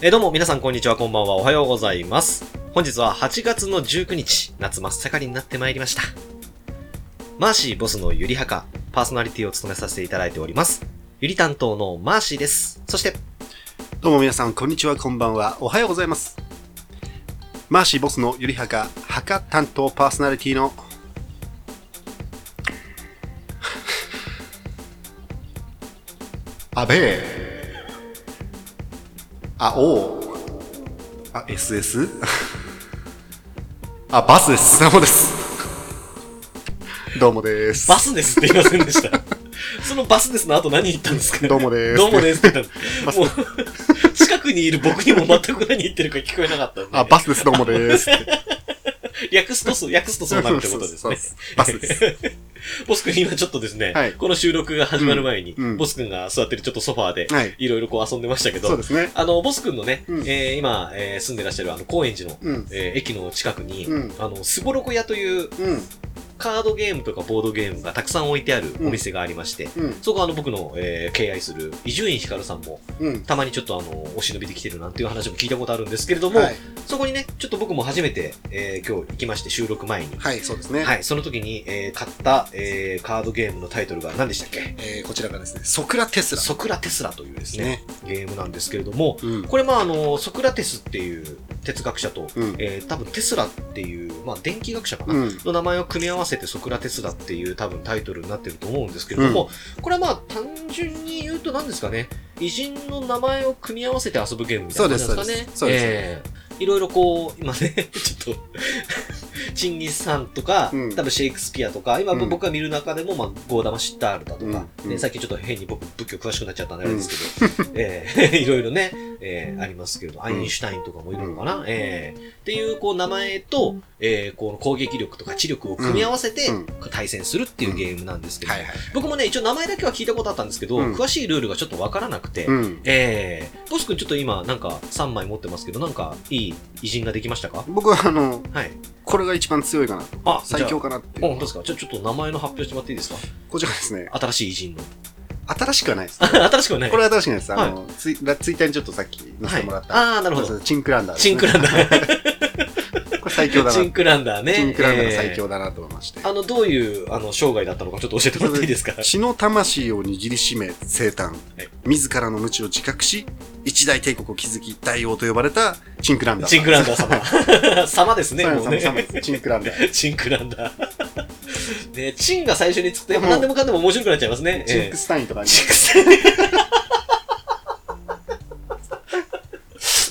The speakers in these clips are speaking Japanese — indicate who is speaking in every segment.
Speaker 1: えーどうも皆さんこんにちは、こんばんは、おはようございます。本日は8月の19日、夏真っ盛りになってまいりました。マーシーボスのゆりはか、パーソナリティを務めさせていただいております。ゆり担当のマーシーです。そして、
Speaker 2: どうも皆さん、こんにちは、こんばんは、おはようございます。マーシーボスのゆりはか、はか担当パーソナリテ ィの。あべえ。あおう。あ、SS? あ、バスです。どうもです。どうもです。
Speaker 1: バスですって言いませんで した。そのバスですの後何言ったんですか
Speaker 2: どうもです
Speaker 1: どうもですって言った
Speaker 2: バ
Speaker 1: の。もう、近くにいる僕にも全く何言ってるか聞こえなかったんで。
Speaker 2: あ、バスです。どうもです。
Speaker 1: 略すとそう、略すとそうなるってことです
Speaker 2: そう
Speaker 1: ね。
Speaker 2: そうそうバスです。
Speaker 1: ボス君今ちょっとですね、
Speaker 2: はい
Speaker 1: この収録が始まる前に、
Speaker 2: うんうん
Speaker 1: ボス君が座ってるちょっとソファーで、
Speaker 2: はいい、
Speaker 1: ろいろこう遊んでましたけ
Speaker 2: そう
Speaker 1: ど
Speaker 2: で、すね。
Speaker 1: あの、ボス君のね、
Speaker 2: うん
Speaker 1: えー今、えー住んでらっしゃるあの、高円寺の、
Speaker 2: うん。
Speaker 1: えー駅の近くに、
Speaker 2: うん
Speaker 1: あの、スゴロク屋という
Speaker 2: うん。
Speaker 1: カードゲームとかボードゲームがたくさん置いてあるお店がありまして、
Speaker 2: うん。
Speaker 1: そこはあの、僕の、えー敬愛する伊集院光さんも、
Speaker 2: うん。
Speaker 1: たまにちょっとあの、お忍びで来てるなんていう話も聞いたことあるんですけれども、
Speaker 2: はい
Speaker 1: そこにね、ちょっと僕も初めて、えー今日行きまして、収録前に。
Speaker 2: はい、そうですね。
Speaker 1: はい、その時に、えー買った、えーカードゲームのタイトルが何でしたっけ
Speaker 2: えーこちらがですね、ソクラテスラ
Speaker 1: ソクラテスラというです
Speaker 2: で
Speaker 1: ね、
Speaker 2: すね。
Speaker 1: ゲームなんですけれども、
Speaker 2: うん。
Speaker 1: これまああの、ソクラテスっていう哲学者と、
Speaker 2: うん
Speaker 1: えー多分テスラっていう、まあ電気学者かな、
Speaker 2: うん
Speaker 1: の名前を組み合わせてソクラテスラっていう多分タイトルになってると思うんですけれども、これはまあ単純に言うと何ですかね、偉人の名前を組み合わせて遊ぶゲームみたいな感じなんですかね。
Speaker 2: そうです
Speaker 1: えーいろいろこう、今ね、 ちょっと、チンギスさんとか、
Speaker 2: うん
Speaker 1: 多分シェイクスピアとか、今
Speaker 2: うん
Speaker 1: 僕が見る中でも、まあ、ゴーダマ・シッタールだとか、
Speaker 2: うん
Speaker 1: ね
Speaker 2: うん
Speaker 1: さっきちょっと変に僕、仏教詳しくなっちゃったんであれですけど、えーいろいろね、えーありますけれど、アインシュタインとかもいるのかな、えーっていう、こう、名前と、えーこの攻撃力とか知力を組み合わせて
Speaker 2: うんうん、
Speaker 1: 対戦するっていうゲームなんですけど、
Speaker 2: はいはい。
Speaker 1: 僕もね、一応名前だけは聞いたことあったんですけど、
Speaker 2: うん
Speaker 1: 詳しいルールがちょっとわからなくて、
Speaker 2: うん。
Speaker 1: えー、ボス君ちょっと今、なんか3枚持ってますけど、なんかいい偉人ができましたか
Speaker 2: 僕はあの、
Speaker 1: はい。
Speaker 2: これが一番強いかな、
Speaker 1: あ、
Speaker 2: 最
Speaker 1: じゃ
Speaker 2: 強
Speaker 1: あ。
Speaker 2: かなって
Speaker 1: あ、
Speaker 2: いう。
Speaker 1: 本当ですかじゃあちょっと名前の発表してもらっていいですか
Speaker 2: こちらがですね、
Speaker 1: 新しい偉人の。
Speaker 2: 新しくはないです。
Speaker 1: 新しくはない。
Speaker 2: これは新しくないです。あの、ツイラツイッターにちょっとさっき載せてもらった。
Speaker 1: はい、ああー、なるほ
Speaker 2: そう
Speaker 1: ど。
Speaker 2: ですチンクランダーです
Speaker 1: チ
Speaker 2: ね、
Speaker 1: ンクランダー。
Speaker 2: これ最強だな。
Speaker 1: チ
Speaker 2: チ
Speaker 1: ンクランダーね。
Speaker 2: ンクランダーが最
Speaker 1: え
Speaker 2: 強だなと思いまして。
Speaker 1: ーあの、どういう、あの、生涯だったのかちょっと教えてもらっていいですか
Speaker 2: 血の魂を握りしめ、生誕
Speaker 1: い。
Speaker 2: 自らの無知を自覚し、一大帝国を築き、大王と呼ばれたチンクランダー。
Speaker 1: チンクランダー様。様ですね、
Speaker 2: そうなん
Speaker 1: も
Speaker 2: で
Speaker 1: う
Speaker 2: すそうな
Speaker 1: ね。
Speaker 2: んですチンクランダー。
Speaker 1: チンクランダー。ね、チンが最初につくと、やっぱ
Speaker 2: もう
Speaker 1: 何でもかんでも面白くなっちゃいますね。
Speaker 2: チンクスタインとか
Speaker 1: えー
Speaker 2: に。
Speaker 1: チンクス。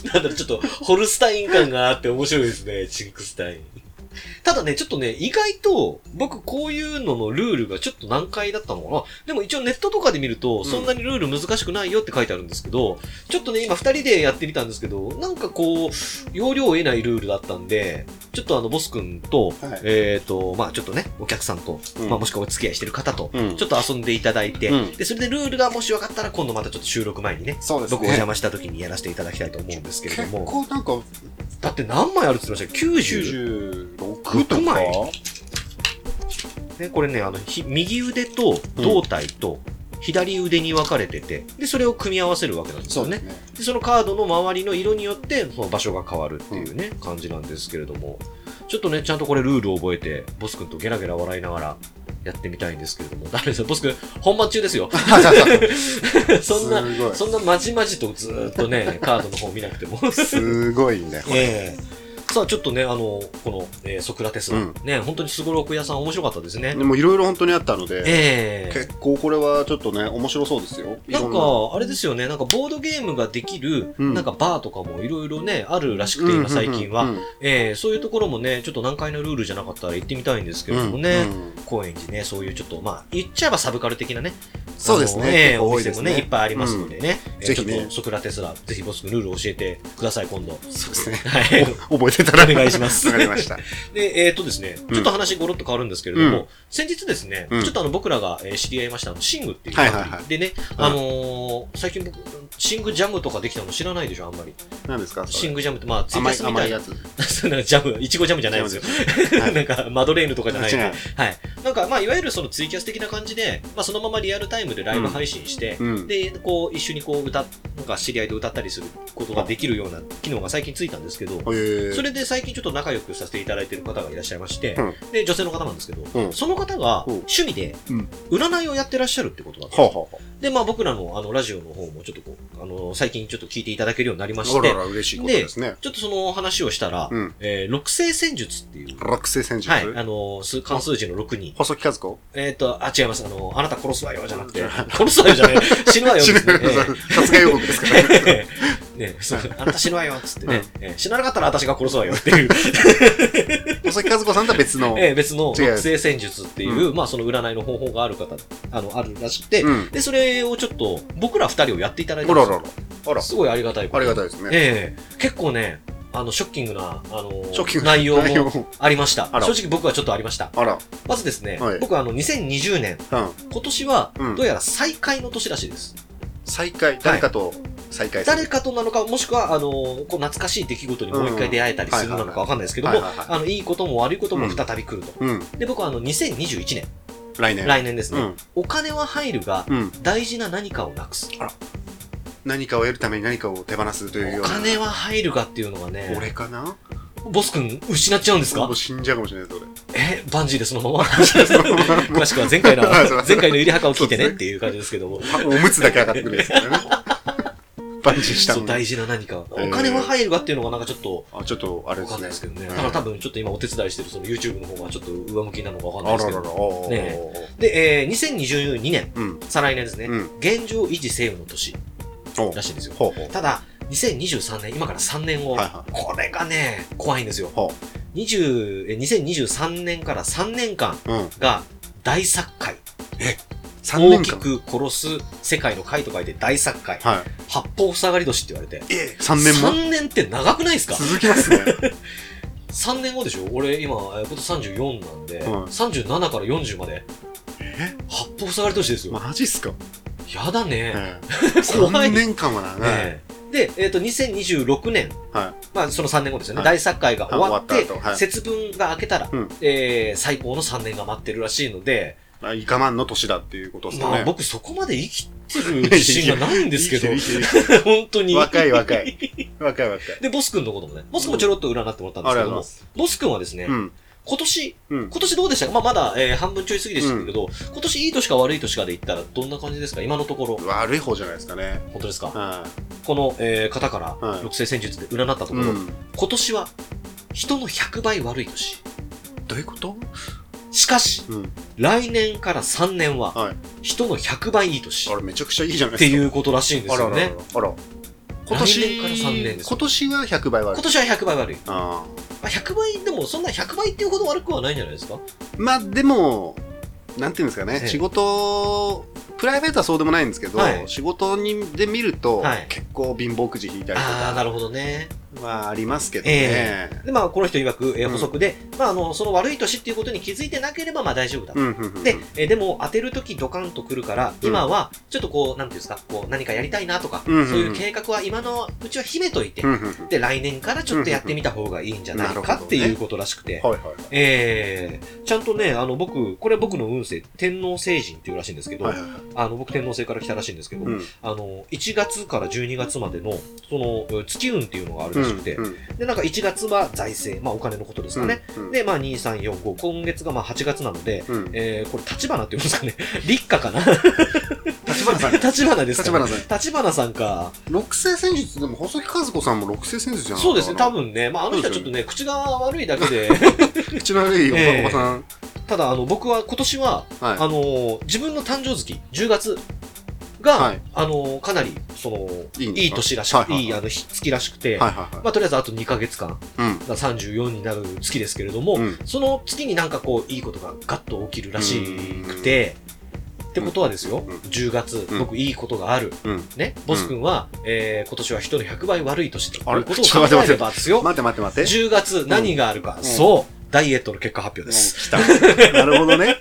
Speaker 1: なんだろう、ちょっと、ホルスタイン感があって面白いですね、チンクスタイン。ただね、ちょっとね、意外と、僕こういうののルールがちょっと難解だったのかな。でも一応ネットとかで見ると、
Speaker 2: ん
Speaker 1: そんなにルール難しくないよって書いてあるんですけど、ちょっとね、今二人でやってみたんですけど、なんかこう、要領を得ないルールだったんで、ちょっとあの、ボス君と、
Speaker 2: はい
Speaker 1: えっ、と、まあちょっとね、お客さんと、
Speaker 2: うん
Speaker 1: まあもしくはお付き合いしてる方と、
Speaker 2: うん
Speaker 1: ちょっと遊んでいただいて、
Speaker 2: うん
Speaker 1: で、それでルールがもし分かったら、今度またちょっと収録前にね、
Speaker 2: そうですね。
Speaker 1: 僕お邪魔した時にやらせていただきたいと思うんですけれど
Speaker 2: 結
Speaker 1: も、
Speaker 2: 構なんか
Speaker 1: だって何枚あるって言ってましたっけ ?90。
Speaker 2: 96
Speaker 1: 六
Speaker 2: とか
Speaker 1: 枚ね、これね、あの、ひ右腕と胴体と左腕に分かれてて、で、それを組み合わせるわけなんです
Speaker 2: そ
Speaker 1: よ
Speaker 2: うです
Speaker 1: ね。
Speaker 2: ね。
Speaker 1: で、そのカードの周りの色によって、その場所が変わるっていうね、感じなんですけれども、ちょっとね、ちゃんとこれルールを覚えて、ボス君とゲラゲラ笑いながら、やってみたいんですけれども、誰ですかボス君、本番中ですよ。そんな、
Speaker 2: すごい。
Speaker 1: そんなまじまじとずーっとね、カードの方見なくても。
Speaker 2: すごいんだよ。
Speaker 1: ええさあ、ちょっとね、あの、この、えーソクラテス、
Speaker 2: うん
Speaker 1: ね、本当にスゴロク屋さん面白かったですね
Speaker 2: で。もいろいろ本当にあったので、
Speaker 1: ええ
Speaker 2: 結構これはちょっとね、面白そうですよ。い
Speaker 1: な
Speaker 2: ろ
Speaker 1: んか、あれですよね、なんかボードゲームができる、
Speaker 2: うん
Speaker 1: なんかバーとかもいろいろね、あるらしく
Speaker 2: うん
Speaker 1: て、
Speaker 2: うんうん
Speaker 1: 今最近は。
Speaker 2: うん
Speaker 1: ええそういうところもね、ちょっと難解なルールじゃなかったら行ってみたいんですけれどもね。
Speaker 2: うん
Speaker 1: 高円寺ね、そういうちょっと、まあ、言っちゃえばサブカル的なね、
Speaker 2: そうです
Speaker 1: あの
Speaker 2: ね。結構
Speaker 1: お
Speaker 2: 多い
Speaker 1: 店
Speaker 2: で
Speaker 1: も
Speaker 2: す
Speaker 1: ね、い
Speaker 2: ね。
Speaker 1: っぱいありますのでね。えー
Speaker 2: ぜひね
Speaker 1: ちょっとソクラテスラ、ぜひボス君ルール教えてください、今度。
Speaker 2: そうですね。
Speaker 1: はい。
Speaker 2: お覚えてたら
Speaker 1: お願いします
Speaker 2: わかりました。
Speaker 1: で、えっ、とですね、
Speaker 2: うん
Speaker 1: ちょっと話ごろっと変わるんですけれども、
Speaker 2: う
Speaker 1: 先日ですね、
Speaker 2: うん
Speaker 1: ちょっとあの僕らがえー知り合いましたあの、シングっていう
Speaker 2: はいはいはい
Speaker 1: でね、
Speaker 2: うん
Speaker 1: あのー最近僕、シングジャムとかできたの知らないでしょ、あんまり。
Speaker 2: 何ですかそ
Speaker 1: シ
Speaker 2: れ
Speaker 1: ングジャムって、まあ、ツイキャ
Speaker 2: 甘
Speaker 1: ス
Speaker 2: い、
Speaker 1: みた
Speaker 2: 甘
Speaker 1: い
Speaker 2: い
Speaker 1: な
Speaker 2: や、つ。
Speaker 1: そうなんかジャム、いちごジャムじゃないですよ。
Speaker 2: はい
Speaker 1: なんか、マドレーヌとかじゃないです
Speaker 2: 違
Speaker 1: は
Speaker 2: う
Speaker 1: い。なんか、まあ、いわゆるそのツイキャス的な感じで、まあ、そのままリアルタイムでライブ配信して、
Speaker 2: うん。
Speaker 1: で、こう、一緒にこう歌なんか知り合いで歌ったりすることができるような機能が最近ついたんですけど、
Speaker 2: えー、
Speaker 1: それで最近ちょっと仲良くさせていただいてる方がいらっしゃいまして、
Speaker 2: うん
Speaker 1: で、女性の方なんですけど、
Speaker 2: うん
Speaker 1: その方が
Speaker 2: うん
Speaker 1: 趣味で
Speaker 2: うん
Speaker 1: 占いをやってらっしゃるってことだったんです
Speaker 2: はあ
Speaker 1: よ、
Speaker 2: はあ
Speaker 1: で、まあ僕らのあのラジオの方もちょっとこう、あの、最近ちょっと聞いていただけるようになりまし
Speaker 2: あら
Speaker 1: て、
Speaker 2: ら嬉しいことですね。
Speaker 1: ちょっとその話をしたら、
Speaker 2: うん。
Speaker 1: えー六星戦術っていう、
Speaker 2: 六星戦術。
Speaker 1: はい、あの、数関数字の6に、
Speaker 2: 細木和子
Speaker 1: えっ、と、あ、違います。あの、あなた殺すわよ、じゃなくて、殺すわよじゃ ない、死ぬわよです
Speaker 2: 死
Speaker 1: ね
Speaker 2: ぬ、殺害予告です からね。
Speaker 1: ええ ねそうあなた死ぬわよ、つってね、ええ死ななかったら私が殺すわよっていう、
Speaker 2: 細木和子さんとは別の。
Speaker 1: ええ別の
Speaker 2: 違う
Speaker 1: 六星戦術っていう、まあその占いの方法がある方、あの、あるらしくて、
Speaker 2: うん。
Speaker 1: で、それをちょっと、僕ら二人をやっていただい
Speaker 2: あ
Speaker 1: たん
Speaker 2: ら
Speaker 1: で
Speaker 2: ら
Speaker 1: す
Speaker 2: ら
Speaker 1: よ。。
Speaker 2: あら、
Speaker 1: すごいありがたいこと
Speaker 2: ありがたいですね。
Speaker 1: ええ結構ね、あの、ショッキングな、あの、
Speaker 2: ショッキングな
Speaker 1: 内容
Speaker 2: 内
Speaker 1: も
Speaker 2: 容も
Speaker 1: ありました。
Speaker 2: あら
Speaker 1: 正直僕はちょっとありました。
Speaker 2: あら、
Speaker 1: まずですね、
Speaker 2: はい
Speaker 1: 僕はあの、2020年、
Speaker 2: うん。
Speaker 1: 今年は
Speaker 2: うん、
Speaker 1: どうやら再開の年らしいです。
Speaker 2: 再会、誰かと再会する。
Speaker 1: 誰かとなのか、もしくは、あの、こう懐かしい出来事にもう一回出会えたりするなのかわかんないですけど
Speaker 2: はい
Speaker 1: も、
Speaker 2: はいはい
Speaker 1: あの、いいことも悪いことも再び来ると。
Speaker 2: うん。
Speaker 1: で、僕はあの、2021年、
Speaker 2: 来年。
Speaker 1: 来年です
Speaker 2: う
Speaker 1: ね、
Speaker 2: ん。
Speaker 1: お金は入るが、
Speaker 2: うん。
Speaker 1: 大事な何かをなくす。
Speaker 2: 何かを得るために何かを手放すというよ
Speaker 1: お
Speaker 2: うな。
Speaker 1: 金は入るがっていうのがね、
Speaker 2: 俺かな
Speaker 1: ボス君失っちゃうんですか
Speaker 2: もう死んじゃうかもしれないです、
Speaker 1: え、バンジーでそのまま
Speaker 2: 俺。
Speaker 1: 詳しくは前回の
Speaker 2: あ そう、
Speaker 1: 前回のゆりはかを聞いて
Speaker 2: そうです
Speaker 1: ねっ
Speaker 2: ね
Speaker 1: ていう感じですけども。
Speaker 2: おむつだけ上がってくるやつだよ ね。バンジーした
Speaker 1: そう、
Speaker 2: の
Speaker 1: 大
Speaker 2: に。
Speaker 1: 事な何か。お
Speaker 2: えー
Speaker 1: 金は入るがっていうのがなんかちょっと、
Speaker 2: あ、ちょっと、あれ
Speaker 1: わ
Speaker 2: で
Speaker 1: かん
Speaker 2: す
Speaker 1: ない
Speaker 2: ね
Speaker 1: です。けどね。
Speaker 2: うん
Speaker 1: だから多分ちょっと今お手伝いしてるその YouTube の方がちょっと上向きなのかわかんない
Speaker 2: あ
Speaker 1: ですけ
Speaker 2: ららら、
Speaker 1: ど。
Speaker 2: おー
Speaker 1: ねで、えー、2022年、
Speaker 2: うん。
Speaker 1: 再来年ですね。
Speaker 2: うん
Speaker 1: 現状維持せよの年
Speaker 2: お
Speaker 1: らしいんですよ。
Speaker 2: ほうほう。
Speaker 1: ただ、2023年、今から3年後、
Speaker 2: はいはい
Speaker 1: これがね、怖いんですよ。
Speaker 2: ほ
Speaker 1: 20え2023年から3年間
Speaker 2: う。うん。
Speaker 1: が大殺界。
Speaker 2: 3
Speaker 1: 大
Speaker 2: 年
Speaker 1: き
Speaker 2: 間。
Speaker 1: く殺す世界の会と書いて大殺界。
Speaker 2: は
Speaker 1: 八方塞がり年って言われて。
Speaker 2: い。ええ、3年も
Speaker 1: 3年って長くないですか
Speaker 2: 続きますね。
Speaker 1: ?3 年後でしょ俺今、えー今年34なんで、
Speaker 2: はい
Speaker 1: 37から40まで。
Speaker 2: え
Speaker 1: 八方塞がり年ですよ。
Speaker 2: マジっすか
Speaker 1: やだね。
Speaker 2: え
Speaker 1: 怖い
Speaker 2: 3年間はな、ね、
Speaker 1: ええで、えっ、と、2026年、
Speaker 2: は
Speaker 1: まあ、その3年後ですよね、
Speaker 2: はい
Speaker 1: 大殺界が終わって、
Speaker 2: はい終わった後はい
Speaker 1: 節分が明けたら、
Speaker 2: うん
Speaker 1: えー最高の3年が待ってるらしいので、
Speaker 2: あいかまんの年だっていうことですよ
Speaker 1: ま
Speaker 2: ね。
Speaker 1: あ、僕そこまで生きてる自信がないんですけど
Speaker 2: いい、生きてる生きて
Speaker 1: 本当に。
Speaker 2: る若い若 い。若い若い。
Speaker 1: で、ボス君のこともね、ボス君もちょろっと占ってもらったんで
Speaker 2: あ
Speaker 1: すけど
Speaker 2: りがとうござい
Speaker 1: も、
Speaker 2: ます。
Speaker 1: ボス君はですね、
Speaker 2: うん。
Speaker 1: 今年、
Speaker 2: うん。
Speaker 1: 今年どうでしたかまあ、まだ、えー半分ちょい過ぎでしたけど、今年いい年か悪い年かで言ったらどんな感じですか今のところ。
Speaker 2: 悪い方じゃないですかね。
Speaker 1: 本当ですか
Speaker 2: は
Speaker 1: この、えー方から、
Speaker 2: はい
Speaker 1: 六星戦術で占ったと
Speaker 2: い。
Speaker 1: こ
Speaker 2: う
Speaker 1: ろ、
Speaker 2: ん。
Speaker 1: 今年は人の100倍悪い年。
Speaker 2: どういうこと
Speaker 1: しかし、
Speaker 2: うん。
Speaker 1: 来年から3年は
Speaker 2: はい。
Speaker 1: 人の100倍いい年
Speaker 2: あ
Speaker 1: っ
Speaker 2: れめちゃくちゃいいじゃない
Speaker 1: て
Speaker 2: ですか。
Speaker 1: い
Speaker 2: っ
Speaker 1: うことらしいんで
Speaker 2: あ
Speaker 1: す
Speaker 2: ら
Speaker 1: よ
Speaker 2: らら
Speaker 1: ね。
Speaker 2: あら。今年、
Speaker 1: 来年から三年です
Speaker 2: 今年は100倍悪
Speaker 1: 今
Speaker 2: い。
Speaker 1: 年は100倍悪い。ま
Speaker 2: あ
Speaker 1: あ、100倍、でもそんな100倍っていうほど悪くはないんじゃないですか
Speaker 2: ーまあでも、なんていうんですかね、
Speaker 1: ええ
Speaker 2: 仕事、プライベートはそうでもないんですけど、
Speaker 1: はい
Speaker 2: 仕事にで見ると、
Speaker 1: はい
Speaker 2: 結構貧乏くじ引いたりと
Speaker 1: ああ、な
Speaker 2: か
Speaker 1: るほどね。
Speaker 2: はありますけどね。
Speaker 1: で、まあ、この人曰く、えー
Speaker 2: うん
Speaker 1: 補足で、まあ、あの、その悪い年っていうことに気づいてなければ、まあ大丈夫だと。
Speaker 2: うんうんうんうん
Speaker 1: で、えーでも当てるときドカンと来るから、
Speaker 2: うん
Speaker 1: 今は、ちょっとこう、なんていうんですか、こう、何かやりたいなとか、
Speaker 2: うんうんうん
Speaker 1: そういう計画は今のうちは秘めといて、
Speaker 2: うんうんうん
Speaker 1: で、来年からちょっとやってみた方がいいんじゃない
Speaker 2: うんうん
Speaker 1: か
Speaker 2: なるほどね
Speaker 1: っていうことらしくて、
Speaker 2: はいはいはい
Speaker 1: ええちゃんとね、あの、僕、これ僕の運勢、天皇星人っていうらしいんですけど、
Speaker 2: はいはいはい
Speaker 1: あの、僕天皇星から来たらしいんですけど、
Speaker 2: うん
Speaker 1: あの、1月から12月までの、その、月運っていうのがあるらしくて、
Speaker 2: うんうん
Speaker 1: で、なんか1月は財政、まあお金のことですかね。
Speaker 2: うん
Speaker 1: で、まあ2、3、4、5、今月がまあ8月なので、
Speaker 2: うん
Speaker 1: えー、これ、立花って言うんですかね 立花かな
Speaker 2: 立花さ ん
Speaker 1: 立花ですか、ね、
Speaker 2: 橘さん
Speaker 1: 立花さんか。
Speaker 2: 六星戦術でも細木和子さんも六星戦術じゃない
Speaker 1: そうですね、多
Speaker 2: 分
Speaker 1: 分ね。まあ、あの人はちょっとね、口が悪いだけで、
Speaker 2: 口の悪いおば,、
Speaker 1: ええ
Speaker 2: さん
Speaker 1: ただ、あの、僕は今年は、あ
Speaker 2: は
Speaker 1: のー自分の誕生月、10月が、
Speaker 2: はい
Speaker 1: あのーかなり、その、
Speaker 2: いいんで
Speaker 1: い
Speaker 2: すか
Speaker 1: い年らしく、
Speaker 2: はい
Speaker 1: い
Speaker 2: はいはい
Speaker 1: いあの日月らしくて、
Speaker 2: いはいはい
Speaker 1: まあ、とりあえずあと2ヶ月間、
Speaker 2: うん
Speaker 1: だから34になる月ですけれども、
Speaker 2: うん
Speaker 1: その月になんかこう、いいことがガッと起きるらしくて、ってことはですよ、
Speaker 2: うん
Speaker 1: 10月、
Speaker 2: うん
Speaker 1: 僕いいことがある。
Speaker 2: うん
Speaker 1: ね、ボス君は、えー今年は人の100倍悪い年と
Speaker 2: あ
Speaker 1: い
Speaker 2: れ
Speaker 1: うこと
Speaker 2: ちょ
Speaker 1: を
Speaker 2: っと
Speaker 1: 考
Speaker 2: 待
Speaker 1: え
Speaker 2: って待って
Speaker 1: ればですよ、
Speaker 2: 待って待って待って
Speaker 1: 10月何があるか、
Speaker 2: ん
Speaker 1: そう、ダイエットの結果発表です。
Speaker 2: うん来たなるほどね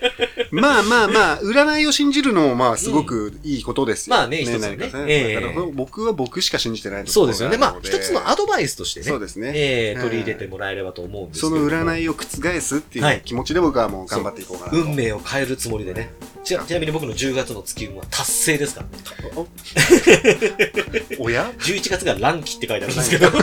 Speaker 2: まあまあまあ占いを信じるのもまあすごくいいことですよ、
Speaker 1: まあね一つはね
Speaker 2: 何か
Speaker 1: ええ
Speaker 2: だから僕は僕しか信じてないとこ
Speaker 1: そ
Speaker 2: ろ
Speaker 1: うですよね。ま
Speaker 2: が
Speaker 1: あ
Speaker 2: る、で
Speaker 1: 一つのアドバイスとしてね
Speaker 2: そ、うですね、
Speaker 1: え
Speaker 2: う
Speaker 1: ー
Speaker 2: ん
Speaker 1: 取り入れてもらえればと思うんですけ
Speaker 2: そ
Speaker 1: れど
Speaker 2: の
Speaker 1: も
Speaker 2: 占いを覆すってい
Speaker 1: は
Speaker 2: う
Speaker 1: い
Speaker 2: 気持ちで僕はもう頑張っていこうかなと、
Speaker 1: 運命を変えるつもりでね、ちなちなみに僕の10月の月運は達成ですからね。
Speaker 3: おおや
Speaker 1: 11月が乱気って書いてあるんですけど。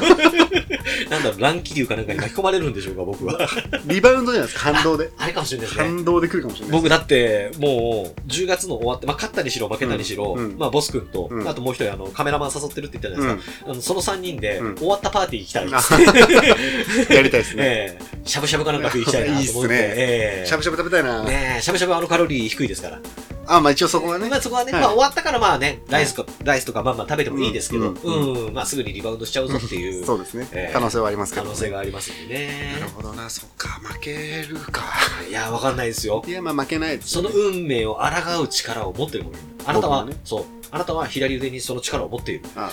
Speaker 1: なんだろう、乱気流かなんかに巻き込まれるんでしょうか、僕は。
Speaker 3: リバウンドじゃないですか、反動で。
Speaker 1: あれかもしれないですね。
Speaker 3: 反動で来るかもしれないです。
Speaker 1: 僕だって、もう、10月の終わって、まあ、勝ったにしろ、負けたにしろ、
Speaker 3: うんうん
Speaker 1: まあ、ボス君と、
Speaker 3: うん
Speaker 1: あともう一人、あの、カメラマン誘ってるって言ったじゃ
Speaker 3: う
Speaker 1: ないですか。あのその3人で、
Speaker 3: うん
Speaker 1: 終わったパーティー行きたいです。
Speaker 3: ん。やりたいですね。
Speaker 1: ええしゃぶしゃぶかなんか食い行きたいなと思って。
Speaker 3: いいっすね
Speaker 1: ええ
Speaker 3: しゃぶしゃぶ食べたいな。
Speaker 1: ねえ、しゃぶしゃぶはあのカロリー低いですから。
Speaker 3: あ、まあ一応そこはね
Speaker 1: ま。あそこはね、
Speaker 3: はい
Speaker 1: まあ終わったからまあね、ライスか、ライスとかまあまあ食べてもいいですけど、
Speaker 3: う
Speaker 1: うんん、
Speaker 3: う
Speaker 1: まあすぐにリバウンドしちゃうぞっていう
Speaker 3: そうですね
Speaker 1: え。え
Speaker 3: 可能性はありますけ
Speaker 1: 可
Speaker 3: ど。
Speaker 1: 能性がありますんでね
Speaker 3: な。るほどな、そっか、負けるか。
Speaker 1: いや、わかんないですよ
Speaker 3: い。や、まあ負けないです
Speaker 1: そ
Speaker 3: よ
Speaker 1: の
Speaker 3: ね。
Speaker 1: 運命を抗う力を持ってるもんあなた
Speaker 3: 僕
Speaker 1: は、
Speaker 3: もね
Speaker 1: そう、あなたは左腕にその力を持っている。
Speaker 3: あ、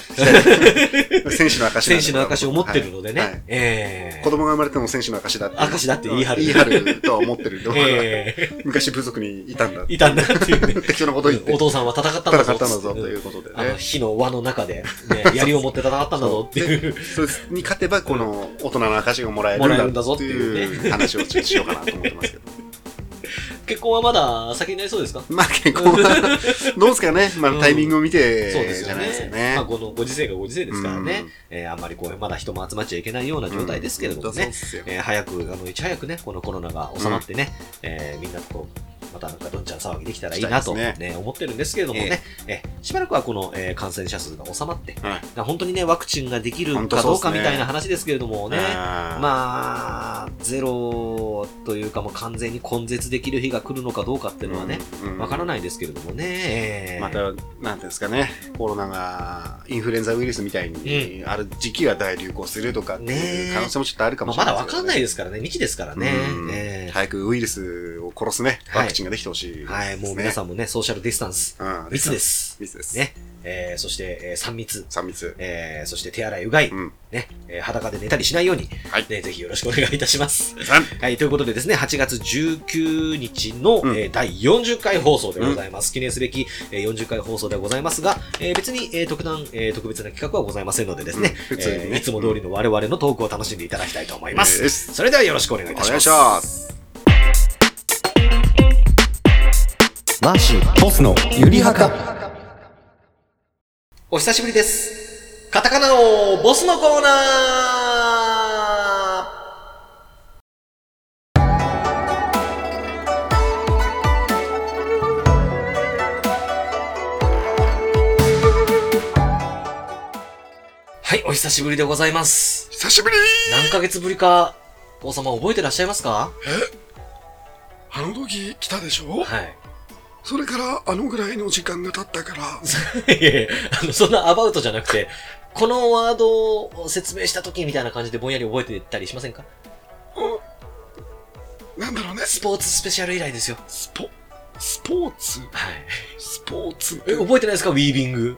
Speaker 3: 選手の証なんで
Speaker 1: 選手の証を持ってるのでね、
Speaker 3: はいはい
Speaker 1: ええ
Speaker 3: 子供が生まれても選手の証だって。
Speaker 1: 証だって言い張る
Speaker 3: 言い張るとは思ってるんで僕は
Speaker 1: ええ
Speaker 3: 昔部族にいたんだ。
Speaker 1: いたんだっ ていうね。
Speaker 3: 適当なこと言って
Speaker 1: お。父さんは戦ったん
Speaker 3: 戦
Speaker 1: だ
Speaker 3: った
Speaker 1: ぞ
Speaker 3: んだぞと
Speaker 1: つって
Speaker 3: いうことで
Speaker 1: あの
Speaker 3: ね。
Speaker 1: 火の輪の中で、ね、槍を持って戦ったんだぞっていう。
Speaker 3: それに勝てば、この大人の証がもらえ
Speaker 1: もらえ
Speaker 3: る
Speaker 1: る
Speaker 3: ん
Speaker 1: ん
Speaker 3: だ
Speaker 1: だぞ
Speaker 3: っ
Speaker 1: ってていうね
Speaker 3: いう話をちょっとしようかなと思ってますけど。
Speaker 1: 結婚はまだ先になりそうですか
Speaker 3: まあ結構は、どうですか ね。まあタイミングを見て
Speaker 1: そうです
Speaker 3: じ
Speaker 1: よ
Speaker 3: ゃないですか
Speaker 1: ね。
Speaker 3: ね
Speaker 1: まあ、。このご時世がご時世ですから
Speaker 3: う
Speaker 1: ね
Speaker 3: ん。
Speaker 1: えーあんまりこう、まだ人も集まっちゃいけないような状態ですけれども
Speaker 3: うんそうっ
Speaker 1: ね。
Speaker 3: すよ
Speaker 1: えー早く、あの、いち早くね、このコロナが収まってね、えーみんなとこう、またなんかどんちゃん騒ぎできたらいいなと、
Speaker 3: したい
Speaker 1: ね
Speaker 3: で
Speaker 1: 思ってるんですけれどもね、えーしばらくはこの、えー感染者数が収まって、
Speaker 3: はい
Speaker 1: 本当にね、ワクチンができる
Speaker 3: 本当
Speaker 1: か
Speaker 3: そう
Speaker 1: ど
Speaker 3: っ
Speaker 1: う
Speaker 3: すね
Speaker 1: かみたいな話ですけれどもね、
Speaker 3: あー
Speaker 1: まあ、ゼロというかもう完全に根絶できる日が来るのかどうかっていうのはね、
Speaker 3: うん
Speaker 1: わからないですけれどもね。えー
Speaker 3: また、なんていうんですかね、コロナがインフルエンザウイルスみたいに、ある時期が大流行するとかっていう
Speaker 1: ねえ
Speaker 3: 可能性もちょっとあるかも
Speaker 1: まあ、
Speaker 3: しれ
Speaker 1: ま
Speaker 3: な
Speaker 1: だ
Speaker 3: いですけど
Speaker 1: わかん
Speaker 3: ね、
Speaker 1: ないですからね、未知ですからね。
Speaker 3: うん
Speaker 1: え
Speaker 3: 早くウイルスを殺すね、
Speaker 1: はい
Speaker 3: ワクチンができてほしい、
Speaker 1: えはい、もう皆さんもね、ソーシャルディスタンス、
Speaker 3: ん、うん、。
Speaker 1: 密ですす。
Speaker 3: 密です。
Speaker 1: ね。えー、そして、えー、3密。
Speaker 3: 3密。
Speaker 1: えー、そして手洗いうがい、
Speaker 3: うん。
Speaker 1: ね、えー裸で寝たりしないように、
Speaker 3: はい
Speaker 1: ね、ぜひよろしくお願いいたします。
Speaker 3: 3!
Speaker 1: はい、ということでですね、8月19日の、
Speaker 3: うん
Speaker 1: えー第40回放送でございます。記念すべき、えー40回放送でございますが、えー別に、えー特段、えー特別な企画はございませんのでですね、
Speaker 3: うん普通にね
Speaker 1: えーいつも通りの我々のトークを楽しんでいただきたいと思います。
Speaker 3: です
Speaker 1: それではよろしくお願いい
Speaker 3: お
Speaker 1: たし
Speaker 3: 願
Speaker 1: ま
Speaker 3: いし
Speaker 1: す。
Speaker 3: ます。
Speaker 4: マーシー、ボスのゆりはか。
Speaker 1: お久しぶりです。カタカナをボスのコーナーはい、お久しぶりでございます。
Speaker 3: 久しぶり
Speaker 1: 何ヶ月ぶりか、王様覚えてらっしゃいますか
Speaker 2: あの時来たでしょ
Speaker 1: はい。
Speaker 2: それからあのぐらいの時間が経ったから、
Speaker 1: いやいやあの、そんなアバウトじゃなくて、このワードを説明した時みたいな感じでぼんやり覚えてたりしませんか
Speaker 2: なんだろうね、
Speaker 1: スポーツスペシャル以来ですよ。
Speaker 2: スポ、スポーツ、
Speaker 1: はい。
Speaker 2: スポーツ、
Speaker 1: え、覚えてないですかウィービング。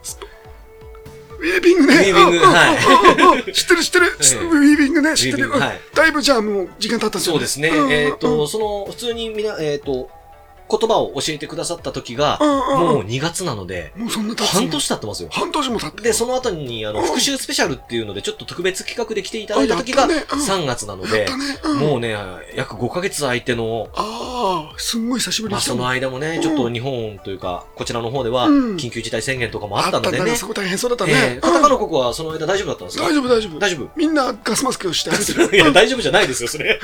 Speaker 2: ウィービングね。
Speaker 1: ウィービング
Speaker 2: ああ
Speaker 1: はい
Speaker 2: ああああ知ってる知っ てる、知ってるウィービングね、知ってる。
Speaker 1: ウィービングはい
Speaker 2: だいぶじゃあもう時間経ったじ
Speaker 1: そ
Speaker 2: ゃん
Speaker 1: うですね。
Speaker 2: ん
Speaker 1: えっ、
Speaker 2: うん
Speaker 1: と、その、普通にみな、えっ、と、言葉を教えてくださった時が、
Speaker 2: うんうん
Speaker 1: もう2月なので、
Speaker 2: もうそんな経つの
Speaker 1: 半年経ってますよ。
Speaker 2: 半年も経って。
Speaker 1: で、その後に、あの、
Speaker 2: うん
Speaker 1: 復習スペシャルっていうので、ちょっと特別企画で来ていただいた時
Speaker 2: あ
Speaker 1: が、
Speaker 2: やったねうん
Speaker 1: 3月なの
Speaker 2: やっ
Speaker 1: で
Speaker 2: た、ね。うん、
Speaker 1: も
Speaker 2: う。
Speaker 1: うね、約5ヶ月空いての、
Speaker 2: ああ、すんごい久しぶり
Speaker 1: まあ、
Speaker 2: に来た
Speaker 1: そ
Speaker 2: もん
Speaker 1: の間もね、ちょっと日本というか、こちらの方では、
Speaker 2: うん
Speaker 1: 緊急事態宣言とかもあったので
Speaker 2: あ
Speaker 1: ね
Speaker 2: ね。そこ大変そうだったね。
Speaker 1: えー、カ
Speaker 2: う
Speaker 1: タ
Speaker 2: ん
Speaker 1: カナ国はその間大丈夫だったんですか
Speaker 2: 大丈夫大丈夫。
Speaker 1: 大丈夫
Speaker 2: みんなガスマスクをし て歩い
Speaker 1: い
Speaker 2: てる。
Speaker 1: や、大丈夫じゃないですよ、それ。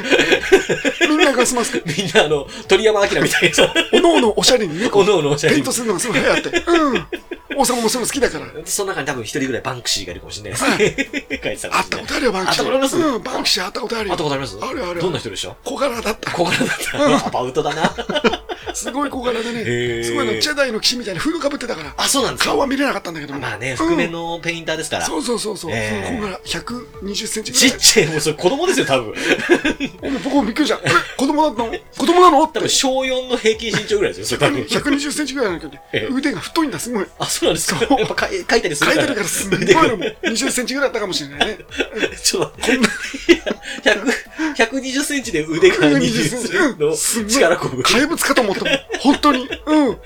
Speaker 2: みんなガスマスク。
Speaker 1: みんな、あの、鳥山明みたいな、
Speaker 2: おのおのおしゃれにね、こう
Speaker 1: おのおのおしゃれ
Speaker 2: ペイン
Speaker 1: に
Speaker 2: トするのがすごい流行って。うん。王様もそういうの好きだから。
Speaker 1: その中に多分一人ぐらいバンクシーがいるかもしれないですね。 書いてたか
Speaker 2: 会
Speaker 1: もしれない
Speaker 2: ったことあるよ、バンクシー。
Speaker 1: 会ったことあります
Speaker 2: うん、バンクシー会ったことある
Speaker 1: 会
Speaker 2: よ。
Speaker 1: ったことあります
Speaker 2: あるある
Speaker 1: どんな人でしょう
Speaker 2: 小柄だった。
Speaker 1: 小柄だった。アバウト だな。
Speaker 2: すごい小柄で
Speaker 1: へ
Speaker 2: ね。
Speaker 1: ー
Speaker 2: すごいの、ジェダイの騎士みたいなフードかぶってたから。
Speaker 1: あ、そうなんです
Speaker 2: 顔
Speaker 1: か
Speaker 2: は見れなかったんだけども。
Speaker 1: まあ
Speaker 2: う
Speaker 1: ね、
Speaker 2: ん
Speaker 1: 覆面のペインターですから。
Speaker 2: そうそうそうそう。
Speaker 1: えー
Speaker 2: 小柄、120センチ
Speaker 1: ちっ
Speaker 2: ぐ
Speaker 1: ちゃい、もうそれ子供ですよ、多分。
Speaker 2: らい。もう僕もびっくりした。え子供だったの子供なのっ
Speaker 1: 多
Speaker 2: て。
Speaker 1: 分小4の平均身長ぐらいですよ、それ多分。
Speaker 2: 120センチぐらいなんだけど
Speaker 1: え
Speaker 2: ね、
Speaker 1: ー
Speaker 2: 腕が太いんだ、すごい。
Speaker 1: あ、そうなんですか。
Speaker 2: そう
Speaker 1: やっぱ書い書いたりす
Speaker 2: 書
Speaker 1: る
Speaker 2: い
Speaker 1: から。
Speaker 2: てるからすんごい
Speaker 1: 腕が
Speaker 2: のも。20センチぐらいあったかもしれないね。
Speaker 1: ちょっと待って。100 120センチで 腕が20センチの力こぶ。
Speaker 2: 怪物かと思ったもん。本当に。うん。
Speaker 1: なんか、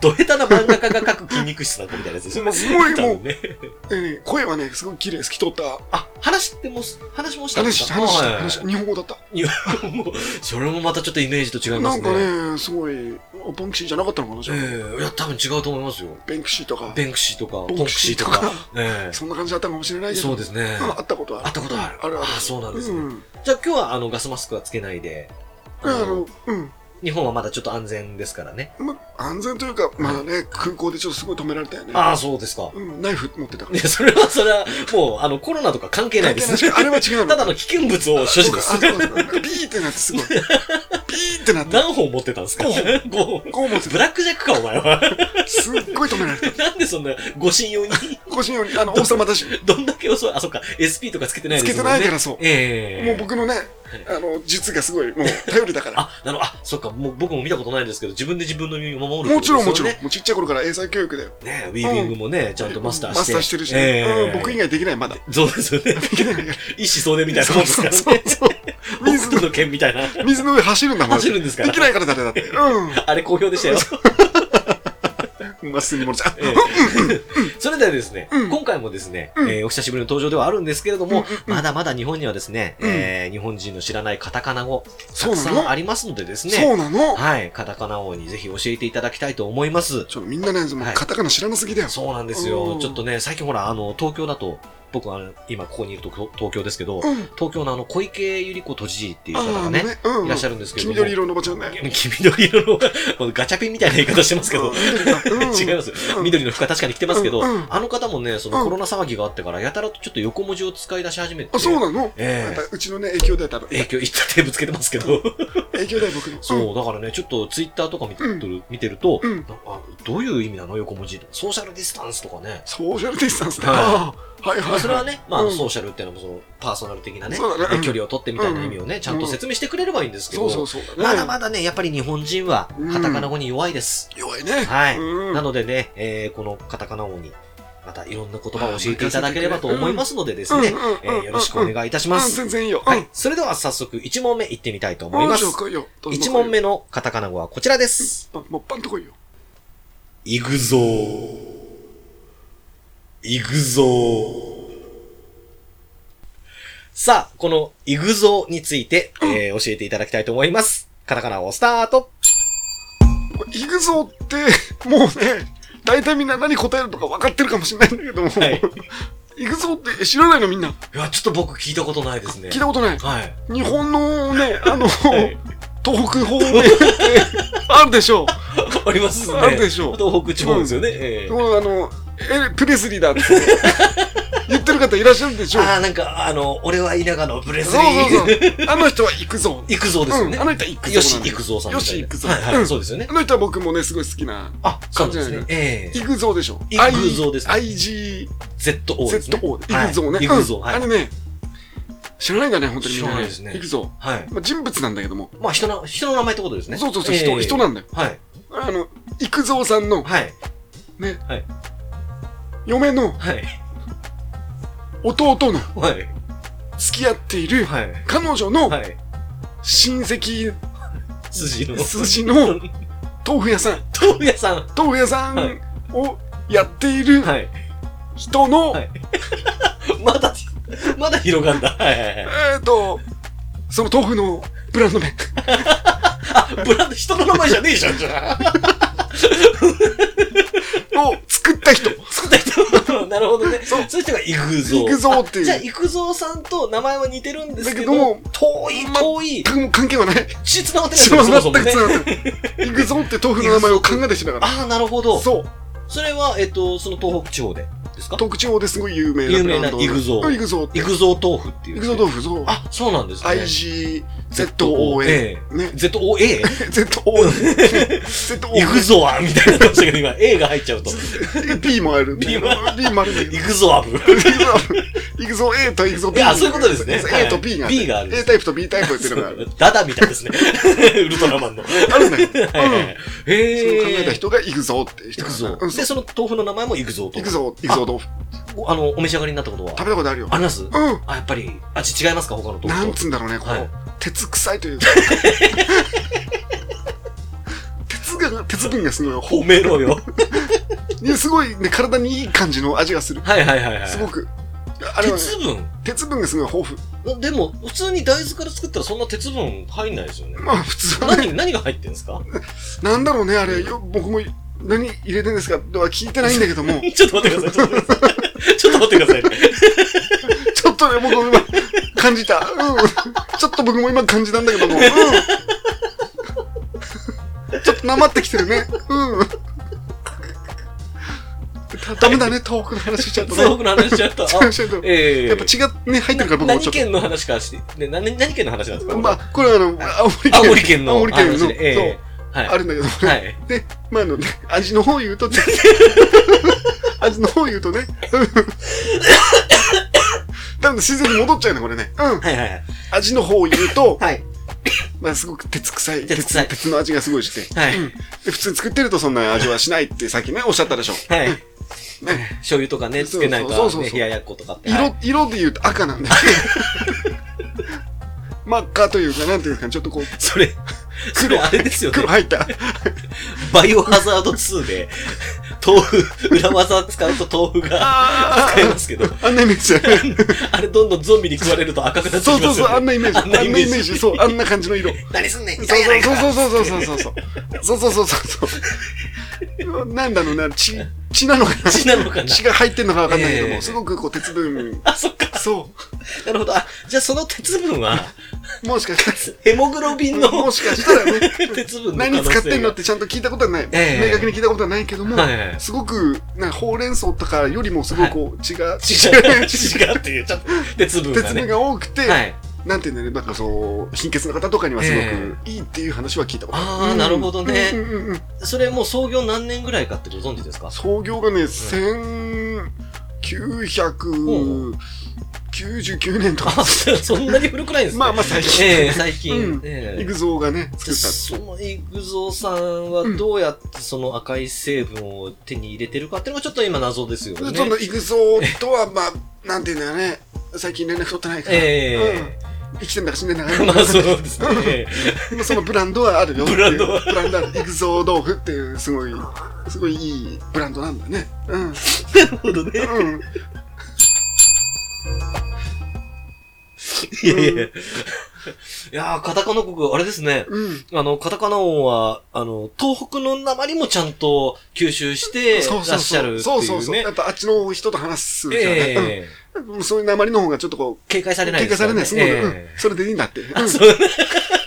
Speaker 1: ど下手な漫画家が書く筋肉質なんかみたいなやつですよね。
Speaker 2: すごいもう
Speaker 1: 多分ね。
Speaker 2: えーね声はね、すごい綺麗、透き通った。
Speaker 1: あ、話ってもう、話もしたんで
Speaker 2: 話
Speaker 1: す
Speaker 2: した、
Speaker 1: か
Speaker 2: 話した、
Speaker 1: はい
Speaker 2: 話した。日本語だった。
Speaker 1: いや、もう、それもまたちょっとイメージと違いま
Speaker 2: な
Speaker 1: す
Speaker 2: ん
Speaker 1: ね。
Speaker 2: かね、すごい、バンクシーじゃなかったのかなじゃあ、
Speaker 1: ええいや、多分違うと思いますよ。
Speaker 2: ベンクシーとか
Speaker 1: ベンクシーとか、ポ
Speaker 2: ポ
Speaker 1: ン
Speaker 2: ン
Speaker 1: ク
Speaker 2: ク
Speaker 1: シ
Speaker 2: シ
Speaker 1: ー
Speaker 2: ー
Speaker 1: と
Speaker 2: と
Speaker 1: か
Speaker 2: か。
Speaker 1: ええ
Speaker 2: そんな感じだったかもしれないけど
Speaker 1: そうですね。
Speaker 2: うんあったことある
Speaker 1: あったことある。
Speaker 2: あるある
Speaker 1: あ、そうなんですね。
Speaker 2: うん
Speaker 1: じゃあ今日はあのガスマスクはつけないで、
Speaker 2: あのうん
Speaker 1: 日本はまだちょっと安全ですからね。
Speaker 2: ま安全というかまあね空港でちょっとすごい止められたよね
Speaker 1: ああ、そうですか。
Speaker 2: うんナイフ持ってたか
Speaker 1: い
Speaker 2: ら
Speaker 1: や、それは、それは、もう、あの、コロナとか関係ないです。
Speaker 2: 関係ないですあれは違うの
Speaker 1: ただの危険物を所持です
Speaker 2: あ。そうかあそうかビーってなってすごいビーってなって
Speaker 1: 何本持ってたんですか五本
Speaker 2: こう持って
Speaker 1: ブラックジャックか、お前は。
Speaker 2: すっごい止められた
Speaker 1: なんでそんな、護身用に、
Speaker 2: 個人よりあの王様だし
Speaker 1: どんだけ遅い、あ、そっか、SP とかつけてないですもんね。
Speaker 2: つけてないからそう
Speaker 1: ええ
Speaker 2: もう僕のねあの術がすごいもう頼りだから
Speaker 1: あ、なの、あ、そっか、もう僕も見たことないですけど、自分で自分の身を守る
Speaker 2: も
Speaker 1: って
Speaker 2: ち
Speaker 1: こと
Speaker 2: ろんもちろん
Speaker 1: ですよね
Speaker 2: もうちっちゃい頃から英才教育だよ
Speaker 1: ねえウィービングもね、ちゃんとマスターして。
Speaker 2: マスターしてるし、
Speaker 1: ええ
Speaker 2: うん僕以外できないまだ
Speaker 1: そうですよ ね。一子相伝みたいなもんですからね。
Speaker 2: そうそう
Speaker 1: 北斗の剣みたいな。
Speaker 2: 水の上走るんだもん
Speaker 1: 走るんですから
Speaker 2: できないから誰 だってう
Speaker 1: あれ好評でしたよ。
Speaker 2: んまっすぐに戻っちゃう
Speaker 1: ええそれではですね、今回もですね、
Speaker 2: うん
Speaker 1: えーお久しぶりの登場ではあるんですけれども、まだまだ日本にはですね、
Speaker 2: うん
Speaker 1: えー日本人の知らないカタカナ語、た
Speaker 2: そう
Speaker 1: く
Speaker 2: なの
Speaker 1: さんありますのでです
Speaker 2: そ
Speaker 1: ね、
Speaker 2: うなの
Speaker 1: はい、カタカナ王にぜひ教えていただきたいと思います。
Speaker 2: ちょっとみんなね、もう
Speaker 1: はい
Speaker 2: カタカナ知らなすぎだよ。
Speaker 1: そうなんです
Speaker 2: う
Speaker 1: よ。
Speaker 2: ん
Speaker 1: ちょっとね、最近ほら、あの、東京だと、僕あの今ここにいるとこ東京ですけど、
Speaker 2: うん。
Speaker 1: 東京のあの、小池百合子都知事っていう
Speaker 2: あ
Speaker 1: 方
Speaker 2: ー
Speaker 1: が
Speaker 2: あの
Speaker 1: ね、
Speaker 2: ね、うん。
Speaker 1: いらっしゃるんですけれ
Speaker 2: 黄
Speaker 1: ども、
Speaker 2: 緑色のおばちゃんね。
Speaker 1: 黄緑色の、この ガチャピンみたいな言い方してますけど、
Speaker 2: うんう ん
Speaker 1: 違います
Speaker 2: う。ん
Speaker 1: 緑の服は確かに着てますけど、
Speaker 2: うんうん
Speaker 1: あの方もね、その
Speaker 2: うん
Speaker 1: コロナ騒ぎがあってから、やたらとちょっと横文字を使い出し始めて、
Speaker 2: あ、そうなのや
Speaker 1: え
Speaker 2: っぱ
Speaker 1: え
Speaker 2: うちのね、影響だよ、多分。
Speaker 1: 影響いった手ぶつけてますけど、
Speaker 2: 影響だよ、僕の。
Speaker 1: そうう、だからね、ちょっとツイッターとか見てる,、見てると、
Speaker 2: うん
Speaker 1: なんかあどういう意味なの横文字とか、ソーシャルディスタンスとかね。
Speaker 2: ソーシャルディスタンスだ。
Speaker 1: は
Speaker 2: あーはい
Speaker 1: ま
Speaker 2: は
Speaker 1: あ、
Speaker 2: い。
Speaker 1: それは
Speaker 2: ね。
Speaker 1: ね、まあ、
Speaker 2: うん
Speaker 1: ソーシャルっていうのもそのパーソナル的なね
Speaker 2: そうだねうん
Speaker 1: 距離を取ってみたいな意味をね、ちゃんと説明してくれればいいんですけど、
Speaker 2: そうそうそうだね。
Speaker 1: まだまだね、やっぱり日本人は
Speaker 2: うん
Speaker 1: カタカナ語に弱いです。
Speaker 2: 弱いね。
Speaker 1: はい
Speaker 2: うん
Speaker 1: なのでね、えーこのカタカナ王に、またいろんな言葉を教えていただければと
Speaker 2: うん
Speaker 1: 思いますのでですね、
Speaker 2: うんうんうん
Speaker 1: えーよろしくお願いいたしま
Speaker 2: うん、
Speaker 1: す。
Speaker 2: 全然いいよ。
Speaker 1: はい。それでは早速、1問目いってみたいと
Speaker 2: うん。
Speaker 1: 思います
Speaker 2: どう。ぞ来いよ。どうぞ
Speaker 1: 1問。目のカタカナ語はこちらです。
Speaker 2: ばもうバンと来いよ。
Speaker 1: いくぞー。いくぞー。さあ、このいくぞーについて、えー教えていただきたいと思います。カタカナをスタート。
Speaker 2: これ行くぞって、 もうね、大体みんな何答えるとか分かってるかもしれないんだけども、
Speaker 1: はい
Speaker 2: 行くぞって知らないのみんな。
Speaker 1: いや、ちょっと僕聞いたことないですね
Speaker 2: 聞いたことない。
Speaker 1: はい。
Speaker 2: 日本のね、あの、
Speaker 1: い
Speaker 2: 東北方面ってあるでしょう。
Speaker 1: ありますね。
Speaker 2: あるでしょう
Speaker 1: 東北地方ですよね。ええ
Speaker 2: そのあの、えプレスリーだって 言ってる方いらっしゃるでしょう。
Speaker 1: ああ、なんか、あの、俺は田舎のブレ
Speaker 2: そ
Speaker 1: ス
Speaker 2: う
Speaker 1: リー。
Speaker 2: そうそう。あの人は行くぞ。
Speaker 1: 行くぞですよね。
Speaker 2: うんあの人は行くぞ
Speaker 1: よし、行くぞさんみたいな。
Speaker 2: よし行くぞ
Speaker 1: はいはい、
Speaker 2: うん
Speaker 1: そうですよね
Speaker 2: あ。の人は僕もね、すごい好きな。
Speaker 1: あ、そうなんですね
Speaker 2: 感。
Speaker 1: ええ
Speaker 2: 行くぞでしょ。
Speaker 1: 行くぞですね
Speaker 2: IGZO
Speaker 1: ZO ですね。
Speaker 2: 行くぞ
Speaker 1: は
Speaker 2: ね。
Speaker 1: い行くぞ。
Speaker 2: うん
Speaker 1: は
Speaker 2: あれ
Speaker 1: い。
Speaker 2: ね、知らないんだね、本当にみん
Speaker 1: 知ら
Speaker 2: な
Speaker 1: ない
Speaker 2: ね
Speaker 1: ですね
Speaker 2: 行くぞ。
Speaker 1: はい。
Speaker 2: まあ人物なんだけども。
Speaker 1: まあ、人の、人の名前ってことですね。
Speaker 2: そうそうそう、
Speaker 1: ええ
Speaker 2: 人人なんだよ。
Speaker 1: はい。
Speaker 2: あの、行くぞさんの
Speaker 1: はい。
Speaker 2: 嫁の
Speaker 1: はい。
Speaker 2: 弟の
Speaker 1: はい。
Speaker 2: 付き合っている
Speaker 1: はい。
Speaker 2: 彼女の
Speaker 1: はい。
Speaker 2: 親戚
Speaker 1: 筋の。
Speaker 2: 筋の豆腐屋さん、
Speaker 1: 豆腐屋さん。
Speaker 2: 豆腐屋さ
Speaker 1: はい
Speaker 2: んをやっている
Speaker 1: はい。
Speaker 2: 人の、
Speaker 1: はいまだ、まだ広がんだ。はいはいはい。
Speaker 2: えっ、ー、と、その豆腐のブラン ド名。
Speaker 1: あ、ブランド、人の名前じゃねえじゃん、じゃあ。
Speaker 2: を作った人。
Speaker 1: 作った人。 なるほどね。そう。そういう人がイグゾー。
Speaker 2: 行くぞって
Speaker 1: じゃあ、
Speaker 2: いう。
Speaker 1: イクゾウさんと名前は似てるんですけど、
Speaker 2: だけども
Speaker 1: 遠い、遠い、
Speaker 2: 全く関係はない。
Speaker 1: 血繋がってないん
Speaker 2: そ
Speaker 1: で
Speaker 2: う
Speaker 1: す
Speaker 2: 全
Speaker 1: よ、
Speaker 2: く
Speaker 1: そもそもね。
Speaker 2: つながってない。行くぞって豆腐の名前を考えてしながら。
Speaker 1: ああ、なるほど。
Speaker 2: そう。
Speaker 1: それは、えっと、その東北地方でですか
Speaker 2: 特徴ですごい有名な
Speaker 1: 有
Speaker 2: ブ
Speaker 1: 名
Speaker 2: ラ
Speaker 1: な
Speaker 2: ンド。
Speaker 1: イグゾ
Speaker 2: うん行くぞって。
Speaker 1: イ
Speaker 2: 行
Speaker 1: クゾウ豆腐っていう。
Speaker 2: くぞ豆腐、そう。
Speaker 1: あ、そうなんですね。
Speaker 2: IGZOA。ね。
Speaker 1: ZOA?
Speaker 2: ZOA。
Speaker 1: イ
Speaker 2: ZOA。
Speaker 1: クゾアみたいになってましたけど、今、A が入っちゃうと。
Speaker 2: P もあるんだ
Speaker 1: P
Speaker 2: け
Speaker 1: も
Speaker 2: ど。P もあるんだけど
Speaker 1: イ。クゾアブ。
Speaker 2: 行くぞ行くぞ A と行くぞ B
Speaker 1: いやそういうことですね
Speaker 2: A と B が、
Speaker 1: はい B がある
Speaker 2: A タイプと B タイプっていうのが ある
Speaker 1: ダダみたいですね。ウルトラマンの。はい
Speaker 2: あるんだよ、うん、そ
Speaker 1: はいは
Speaker 2: の考
Speaker 1: いへえ。
Speaker 2: えた人が行くぞっていう人
Speaker 1: イ
Speaker 2: が
Speaker 1: クゾ
Speaker 2: う
Speaker 1: ウ。
Speaker 2: んそ
Speaker 1: で、
Speaker 2: う
Speaker 1: その豆腐の名前もイクゾウと。
Speaker 2: 行くぞ行くぞ豆腐
Speaker 1: おあの、お召し上がりになったことは
Speaker 2: 食べたことあるよ
Speaker 1: あります
Speaker 2: う
Speaker 1: あ、やっぱり、味違いますか他の豆腐
Speaker 2: ん
Speaker 1: と。
Speaker 2: なんつうんだろうねこの、
Speaker 1: はい
Speaker 2: 鉄臭いという か鉄が鉄分がすごいほ
Speaker 1: 褒めろよ。
Speaker 2: いやすごいね体にいい感じの味がする
Speaker 1: はいはいはいはい。
Speaker 2: すごくあれはね
Speaker 1: 鉄分
Speaker 2: 鉄分がすごい豊
Speaker 1: なでも、普通に大豆から作ったらそんな鉄分入んないですよね
Speaker 2: 富。。まあ普通はね、
Speaker 1: 何、何が入ってんですか
Speaker 2: なんだろうね、あれ、よ僕も何入れてんですかとは聞いてないんだけども、
Speaker 1: ちょっと待ってください。ちょっと待ってください。ちょっと待ってください。
Speaker 2: ちょっとね、僕も今感じた。うん。ちょっと僕も今感じたん だけども、うん。ちょっとなまってきてるね。 うん。たダメだね、東北の話しちゃったね。
Speaker 1: 東北の話しちゃった。あ
Speaker 2: 話しちゃった
Speaker 1: ええ
Speaker 2: やっぱ血がね、入ってるから僕もちょ
Speaker 1: 何
Speaker 2: っと。
Speaker 1: 県の話からして、ね、何何県の話なんですか
Speaker 2: まあ、これはあの、
Speaker 1: 青
Speaker 2: 青
Speaker 1: 森
Speaker 2: 森
Speaker 1: 県
Speaker 2: 県
Speaker 1: の
Speaker 2: 青森県の、
Speaker 1: 話で。ええはい。
Speaker 2: そう、あるんだけどもね。
Speaker 1: はい。
Speaker 2: で、まああのね、味の方言 うとね、味の方言うとね、多分自然に戻っちゃうね、これね。うん。
Speaker 1: はいはいはい。
Speaker 2: 味の方を言うと、
Speaker 1: はい。
Speaker 2: まあすごく鉄臭い。
Speaker 1: 鉄臭い
Speaker 2: 鉄の味がすごいして。
Speaker 1: はい
Speaker 2: うんで普通に作ってるとそんな味はしないってさっきね、おっしゃったでしょ。
Speaker 1: はい。
Speaker 2: ね、
Speaker 1: 醤油とかね、つけないと、ね、
Speaker 2: そうそうそうそう
Speaker 1: 冷ややっことかって。はい
Speaker 2: 色、色で言うと赤なんだよね。真っ赤というか、なんていうか、ちょっとこう、
Speaker 1: それ、それあれですよね
Speaker 2: 黒。入った。
Speaker 1: バイオハザード2で、豆腐、裏技使うと豆腐が
Speaker 2: あ
Speaker 1: 使えますけど、
Speaker 2: あんなイメージだよね。
Speaker 1: あれどんどんゾンビに食われると赤くなってき
Speaker 2: そ
Speaker 1: ま
Speaker 2: う
Speaker 1: すよ、
Speaker 2: そう
Speaker 1: ね。
Speaker 2: そう、あんなイメージ。あ
Speaker 1: あ
Speaker 2: ん
Speaker 1: ん
Speaker 2: な
Speaker 1: な
Speaker 2: イ
Speaker 1: イ
Speaker 2: メ
Speaker 1: メ
Speaker 2: ー
Speaker 1: ー
Speaker 2: ジ。
Speaker 1: ジ
Speaker 2: そう、あんな感じの色。
Speaker 1: 何すんねん、
Speaker 2: そう
Speaker 1: 痛いやないか。
Speaker 2: そうそうそうそうそうそうそう。そうそうそうそう。なんだろうな、血、血なのかな
Speaker 1: 血なのかな
Speaker 2: 血が入ってんのかわかんないけども、
Speaker 1: ええ
Speaker 2: すごくこう鉄分、
Speaker 1: あ、そっか。
Speaker 2: そ
Speaker 1: なるほど。あ、じゃあその鉄分は、
Speaker 2: う、もしかした
Speaker 1: ヘモグロビン
Speaker 2: ら、
Speaker 1: の
Speaker 2: もしかしたらね、
Speaker 1: 鉄分の可能性
Speaker 2: 何
Speaker 1: が
Speaker 2: 使ってんのってちゃんと聞いたことはない。
Speaker 1: ええ
Speaker 2: 明確に聞いたことはないけども
Speaker 1: はいはいは、い
Speaker 2: すごく、なんかほうれん草とかよりもすごくこう血が、血が、
Speaker 1: 違う、
Speaker 2: 血
Speaker 1: 違うっていう、ちょっと、鉄分が
Speaker 2: 鉄分
Speaker 1: ね。
Speaker 2: が多くて、
Speaker 1: はい。
Speaker 2: なんていうんだろう、なんかそう、貧血の方とかにはす
Speaker 1: え
Speaker 2: ごくいいっていう話は聞いたこと
Speaker 1: あーなるほどね
Speaker 2: うんうんうん
Speaker 1: それもう創業何年ぐらいかってご存知ですか
Speaker 2: 創業がね、1999年と
Speaker 1: あ、
Speaker 2: か、
Speaker 1: そんなに古くないんです
Speaker 2: まあまあ最近
Speaker 1: ええ最近。
Speaker 2: うん
Speaker 1: ええ
Speaker 2: イグゾーがね、作
Speaker 1: で
Speaker 2: っ
Speaker 1: そのイグゾーさんはどうやってその赤い成分を手に入れてるかっていうのがちょっと今謎ですよ
Speaker 2: た。
Speaker 1: ね。
Speaker 2: そのイグゾーとは、まあ、なんていうんだよね、最近連絡取ってないから、
Speaker 1: え
Speaker 2: うん生きてんだか死んでんだか
Speaker 1: え
Speaker 2: よく
Speaker 1: まあ
Speaker 2: わかんな
Speaker 1: そ
Speaker 2: い、
Speaker 1: うですね。え
Speaker 2: まあそのブランドはあるよっていう。
Speaker 1: ブランドは
Speaker 2: ブランドある。イグゾー豆腐っていう、すごい、すごいいいブランドなんだよね。うん。
Speaker 1: えなるほどね。
Speaker 2: うん。
Speaker 1: いやいやいや。いやーカタカナ国、あれですね。
Speaker 2: うん。
Speaker 1: あの、カタカナ音は、あの、東北の鉛もちゃんと吸収して
Speaker 2: そう
Speaker 1: ら
Speaker 2: そう
Speaker 1: っしゃ
Speaker 2: そ
Speaker 1: る
Speaker 2: う。
Speaker 1: って
Speaker 2: そう
Speaker 1: い
Speaker 2: そう
Speaker 1: う
Speaker 2: そう。
Speaker 1: ね
Speaker 2: や。っぱあっちの人と話すからね。うん
Speaker 1: ええ
Speaker 2: そういう鉛の方がちょっとこう、
Speaker 1: 警戒されない
Speaker 2: 警戒されないです
Speaker 1: から
Speaker 2: ね。
Speaker 1: ね
Speaker 2: うんそれでいいんだって。うんそ
Speaker 1: え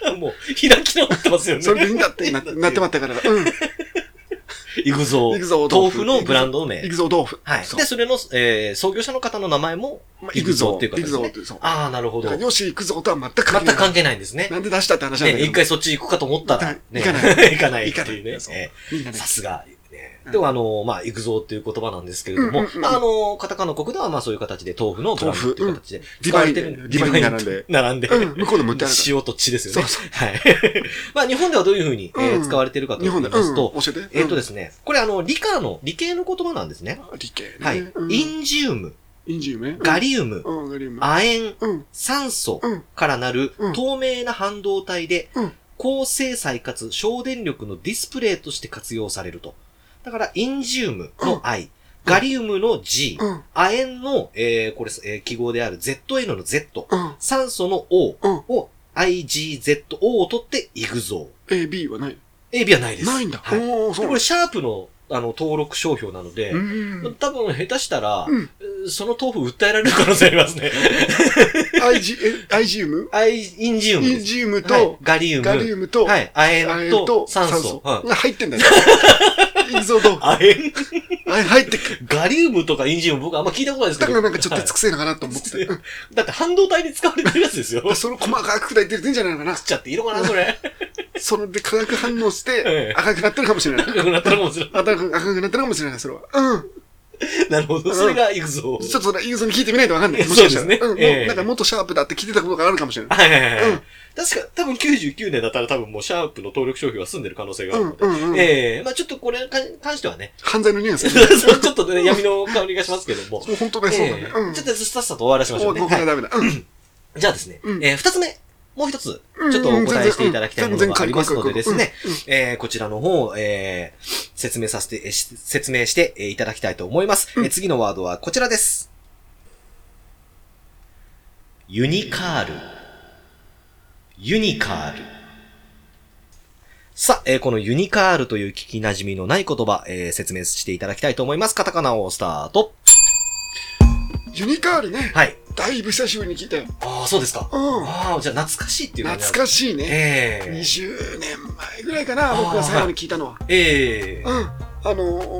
Speaker 1: え もう、開き直ってますよね。
Speaker 2: れでいいんだってななってまったから。うん。
Speaker 1: いくぞ
Speaker 2: いくぞ。
Speaker 1: 豆腐のブランド名
Speaker 2: い。くぞ、豆腐。
Speaker 1: はい。
Speaker 2: そう
Speaker 1: で、それの、えー創業者の方の名前も、
Speaker 2: まあ
Speaker 1: い
Speaker 2: い
Speaker 1: く
Speaker 2: く
Speaker 1: ぞ
Speaker 2: ぞ
Speaker 1: っていう形
Speaker 2: いくぞっていうそう
Speaker 1: ああ、なるほど。
Speaker 2: だから
Speaker 1: 全
Speaker 2: よし、いくぞとは全く関係な
Speaker 1: く
Speaker 2: い。
Speaker 1: 関係ないんですね。
Speaker 2: なんで出したって話なんだ
Speaker 1: ね
Speaker 2: けど。
Speaker 1: 一回そっち行くかと思ったら、ね、
Speaker 2: 行かな
Speaker 1: 行かない。
Speaker 2: 行かない
Speaker 1: っていうね
Speaker 2: そ。う
Speaker 1: え
Speaker 2: みんな
Speaker 1: え
Speaker 2: ね
Speaker 1: さ。すが。ねでは、あの、まあ、行くぞっていう言葉なんですけれども、
Speaker 2: うんうんうん
Speaker 1: まあ、あの、カタカナ国では、まあ、そういう形で、豆腐のブランドっていう形で、
Speaker 2: ディ
Speaker 1: 使わ
Speaker 2: バイ
Speaker 1: れ
Speaker 2: ン
Speaker 1: て
Speaker 2: で
Speaker 1: る、
Speaker 2: ディバイン並んで
Speaker 1: デ。ィバイン並んで、
Speaker 2: うん、向こうでも売ってあるから。
Speaker 1: 塩と血ですよね。
Speaker 2: そうそう
Speaker 1: はい。 まあ、日本ではどういうふうに、えー
Speaker 2: うん
Speaker 1: 使われてるかと
Speaker 2: 日
Speaker 1: 言い
Speaker 2: 本で、
Speaker 1: ま
Speaker 2: うん、
Speaker 1: す
Speaker 2: 教
Speaker 1: と、
Speaker 2: えて。。
Speaker 1: えっとですすね、これあの、理科の、理系の言葉なんですね。
Speaker 2: 理系ね。
Speaker 1: はい。
Speaker 2: うん
Speaker 1: インジウム、
Speaker 2: インジウムね。
Speaker 1: ガリウム、
Speaker 2: うんうん、ガリウム。
Speaker 1: 亜鉛、
Speaker 2: うん。
Speaker 1: 酸素
Speaker 2: うん
Speaker 1: からなる
Speaker 2: うん
Speaker 1: 透明な半導体で
Speaker 2: うん、
Speaker 1: 高精細かつ省電力のディスプレイとして活用されると。だから、インジウムの I、ガリウムの G、
Speaker 2: うん。
Speaker 1: 亜鉛の、えーこれ、えー記号である ZN の Z、
Speaker 2: うん。
Speaker 1: 酸素の O
Speaker 2: うん
Speaker 1: を IGZO を取ってイグゾ
Speaker 2: A、B はない。
Speaker 1: ー。AB はないです。
Speaker 2: ないんだ。
Speaker 1: はい
Speaker 2: おー、そ
Speaker 1: こ
Speaker 2: うなん
Speaker 1: れ、
Speaker 2: だ。
Speaker 1: シャープの、あの、登録商標なので、
Speaker 2: うん。
Speaker 1: 多分下手したら、
Speaker 2: うん
Speaker 1: その豆腐訴えられる可能性ありますね。
Speaker 2: IG え IGM?
Speaker 1: アイ、インジウム
Speaker 2: イ
Speaker 1: で
Speaker 2: ン
Speaker 1: す。
Speaker 2: ジウム
Speaker 1: はい
Speaker 2: と、
Speaker 1: ガリウム。
Speaker 2: ガリウムと、
Speaker 1: はい。亜
Speaker 2: 亜
Speaker 1: 鉛
Speaker 2: 鉛
Speaker 1: と
Speaker 2: と
Speaker 1: 酸
Speaker 2: 酸
Speaker 1: 素。
Speaker 2: 素
Speaker 1: はい
Speaker 2: が入ってん だよ。いくぞ、ど
Speaker 1: 亜
Speaker 2: う
Speaker 1: 鉛
Speaker 2: あれ入ってくる。
Speaker 1: ガリウムとかインジウム僕あんま聞いたことないです
Speaker 2: だ
Speaker 1: け
Speaker 2: か
Speaker 1: ど。
Speaker 2: らなんかちょっとつくせえのかなと思って
Speaker 1: は
Speaker 2: て。うん
Speaker 1: い だって半導体で使われてるやつですよ。
Speaker 2: その細かく砕いてるんじゃないのかな
Speaker 1: 食っ。ちゃっていいのかな、それ。
Speaker 2: それで化学反応し
Speaker 1: ええ
Speaker 2: て赤くなってるかもしれない。
Speaker 1: 高くなったのかもしれな
Speaker 2: 赤く赤くなってるかもしれない、それは。うん。
Speaker 1: い。なるほど。それがいくぞ。
Speaker 2: ちょっとそれ、イグソに聞いてみないとわかんな
Speaker 1: え
Speaker 2: い。もしかした
Speaker 1: そうですね
Speaker 2: ら。うんも
Speaker 1: ええ
Speaker 2: う。なんかもっとシャープだって聞いてたことがあるかもしれない。
Speaker 1: はいはいはい。
Speaker 2: うん
Speaker 1: 確か、多分99年だったら多分もうシャープの登録商標は済んでる可能性があ
Speaker 2: う
Speaker 1: る
Speaker 2: ん
Speaker 1: ので。
Speaker 2: うんうん。
Speaker 1: ええまあちょっとこれに関しては ね、
Speaker 2: 犯罪のニュアンス。
Speaker 1: そうちょっとね、闇の香りがしますけども。
Speaker 2: 本当ね、そうだ
Speaker 1: え
Speaker 2: ね
Speaker 1: え。
Speaker 2: うん
Speaker 1: ちょ。っとさっさと終わらせましょうね。
Speaker 2: もうこ
Speaker 1: は
Speaker 2: れ
Speaker 1: い
Speaker 2: はダメだ。うん。
Speaker 1: じゃあですね、
Speaker 2: うん
Speaker 1: えー二つ目、もう一つ
Speaker 2: う、ん
Speaker 1: ちょっとお答えしていただきたいもの
Speaker 2: うん全然
Speaker 1: がありますのでですね
Speaker 2: うんうん、
Speaker 1: えーこちらの方を、えー説明させて、えーし説明してえーいただきたいと思います。えー次のワードはこちらです。ユニカール。ユニカール。さあ、えーこのユニカールという聞き馴染みのない言葉、えー説明していただきたいと思います。カタカナをスタート。
Speaker 2: ユニカールね、
Speaker 1: はい。
Speaker 2: だいぶ久しぶりに聞いたよ。
Speaker 1: ああ、そうですか。
Speaker 2: うん。
Speaker 1: ああ、じゃあ懐かしいっていう感じなん
Speaker 2: 懐かしいね。
Speaker 1: ええ
Speaker 2: 20年前ぐらいかな、僕が最後に聞いたのは。
Speaker 1: ええ
Speaker 2: うん。あの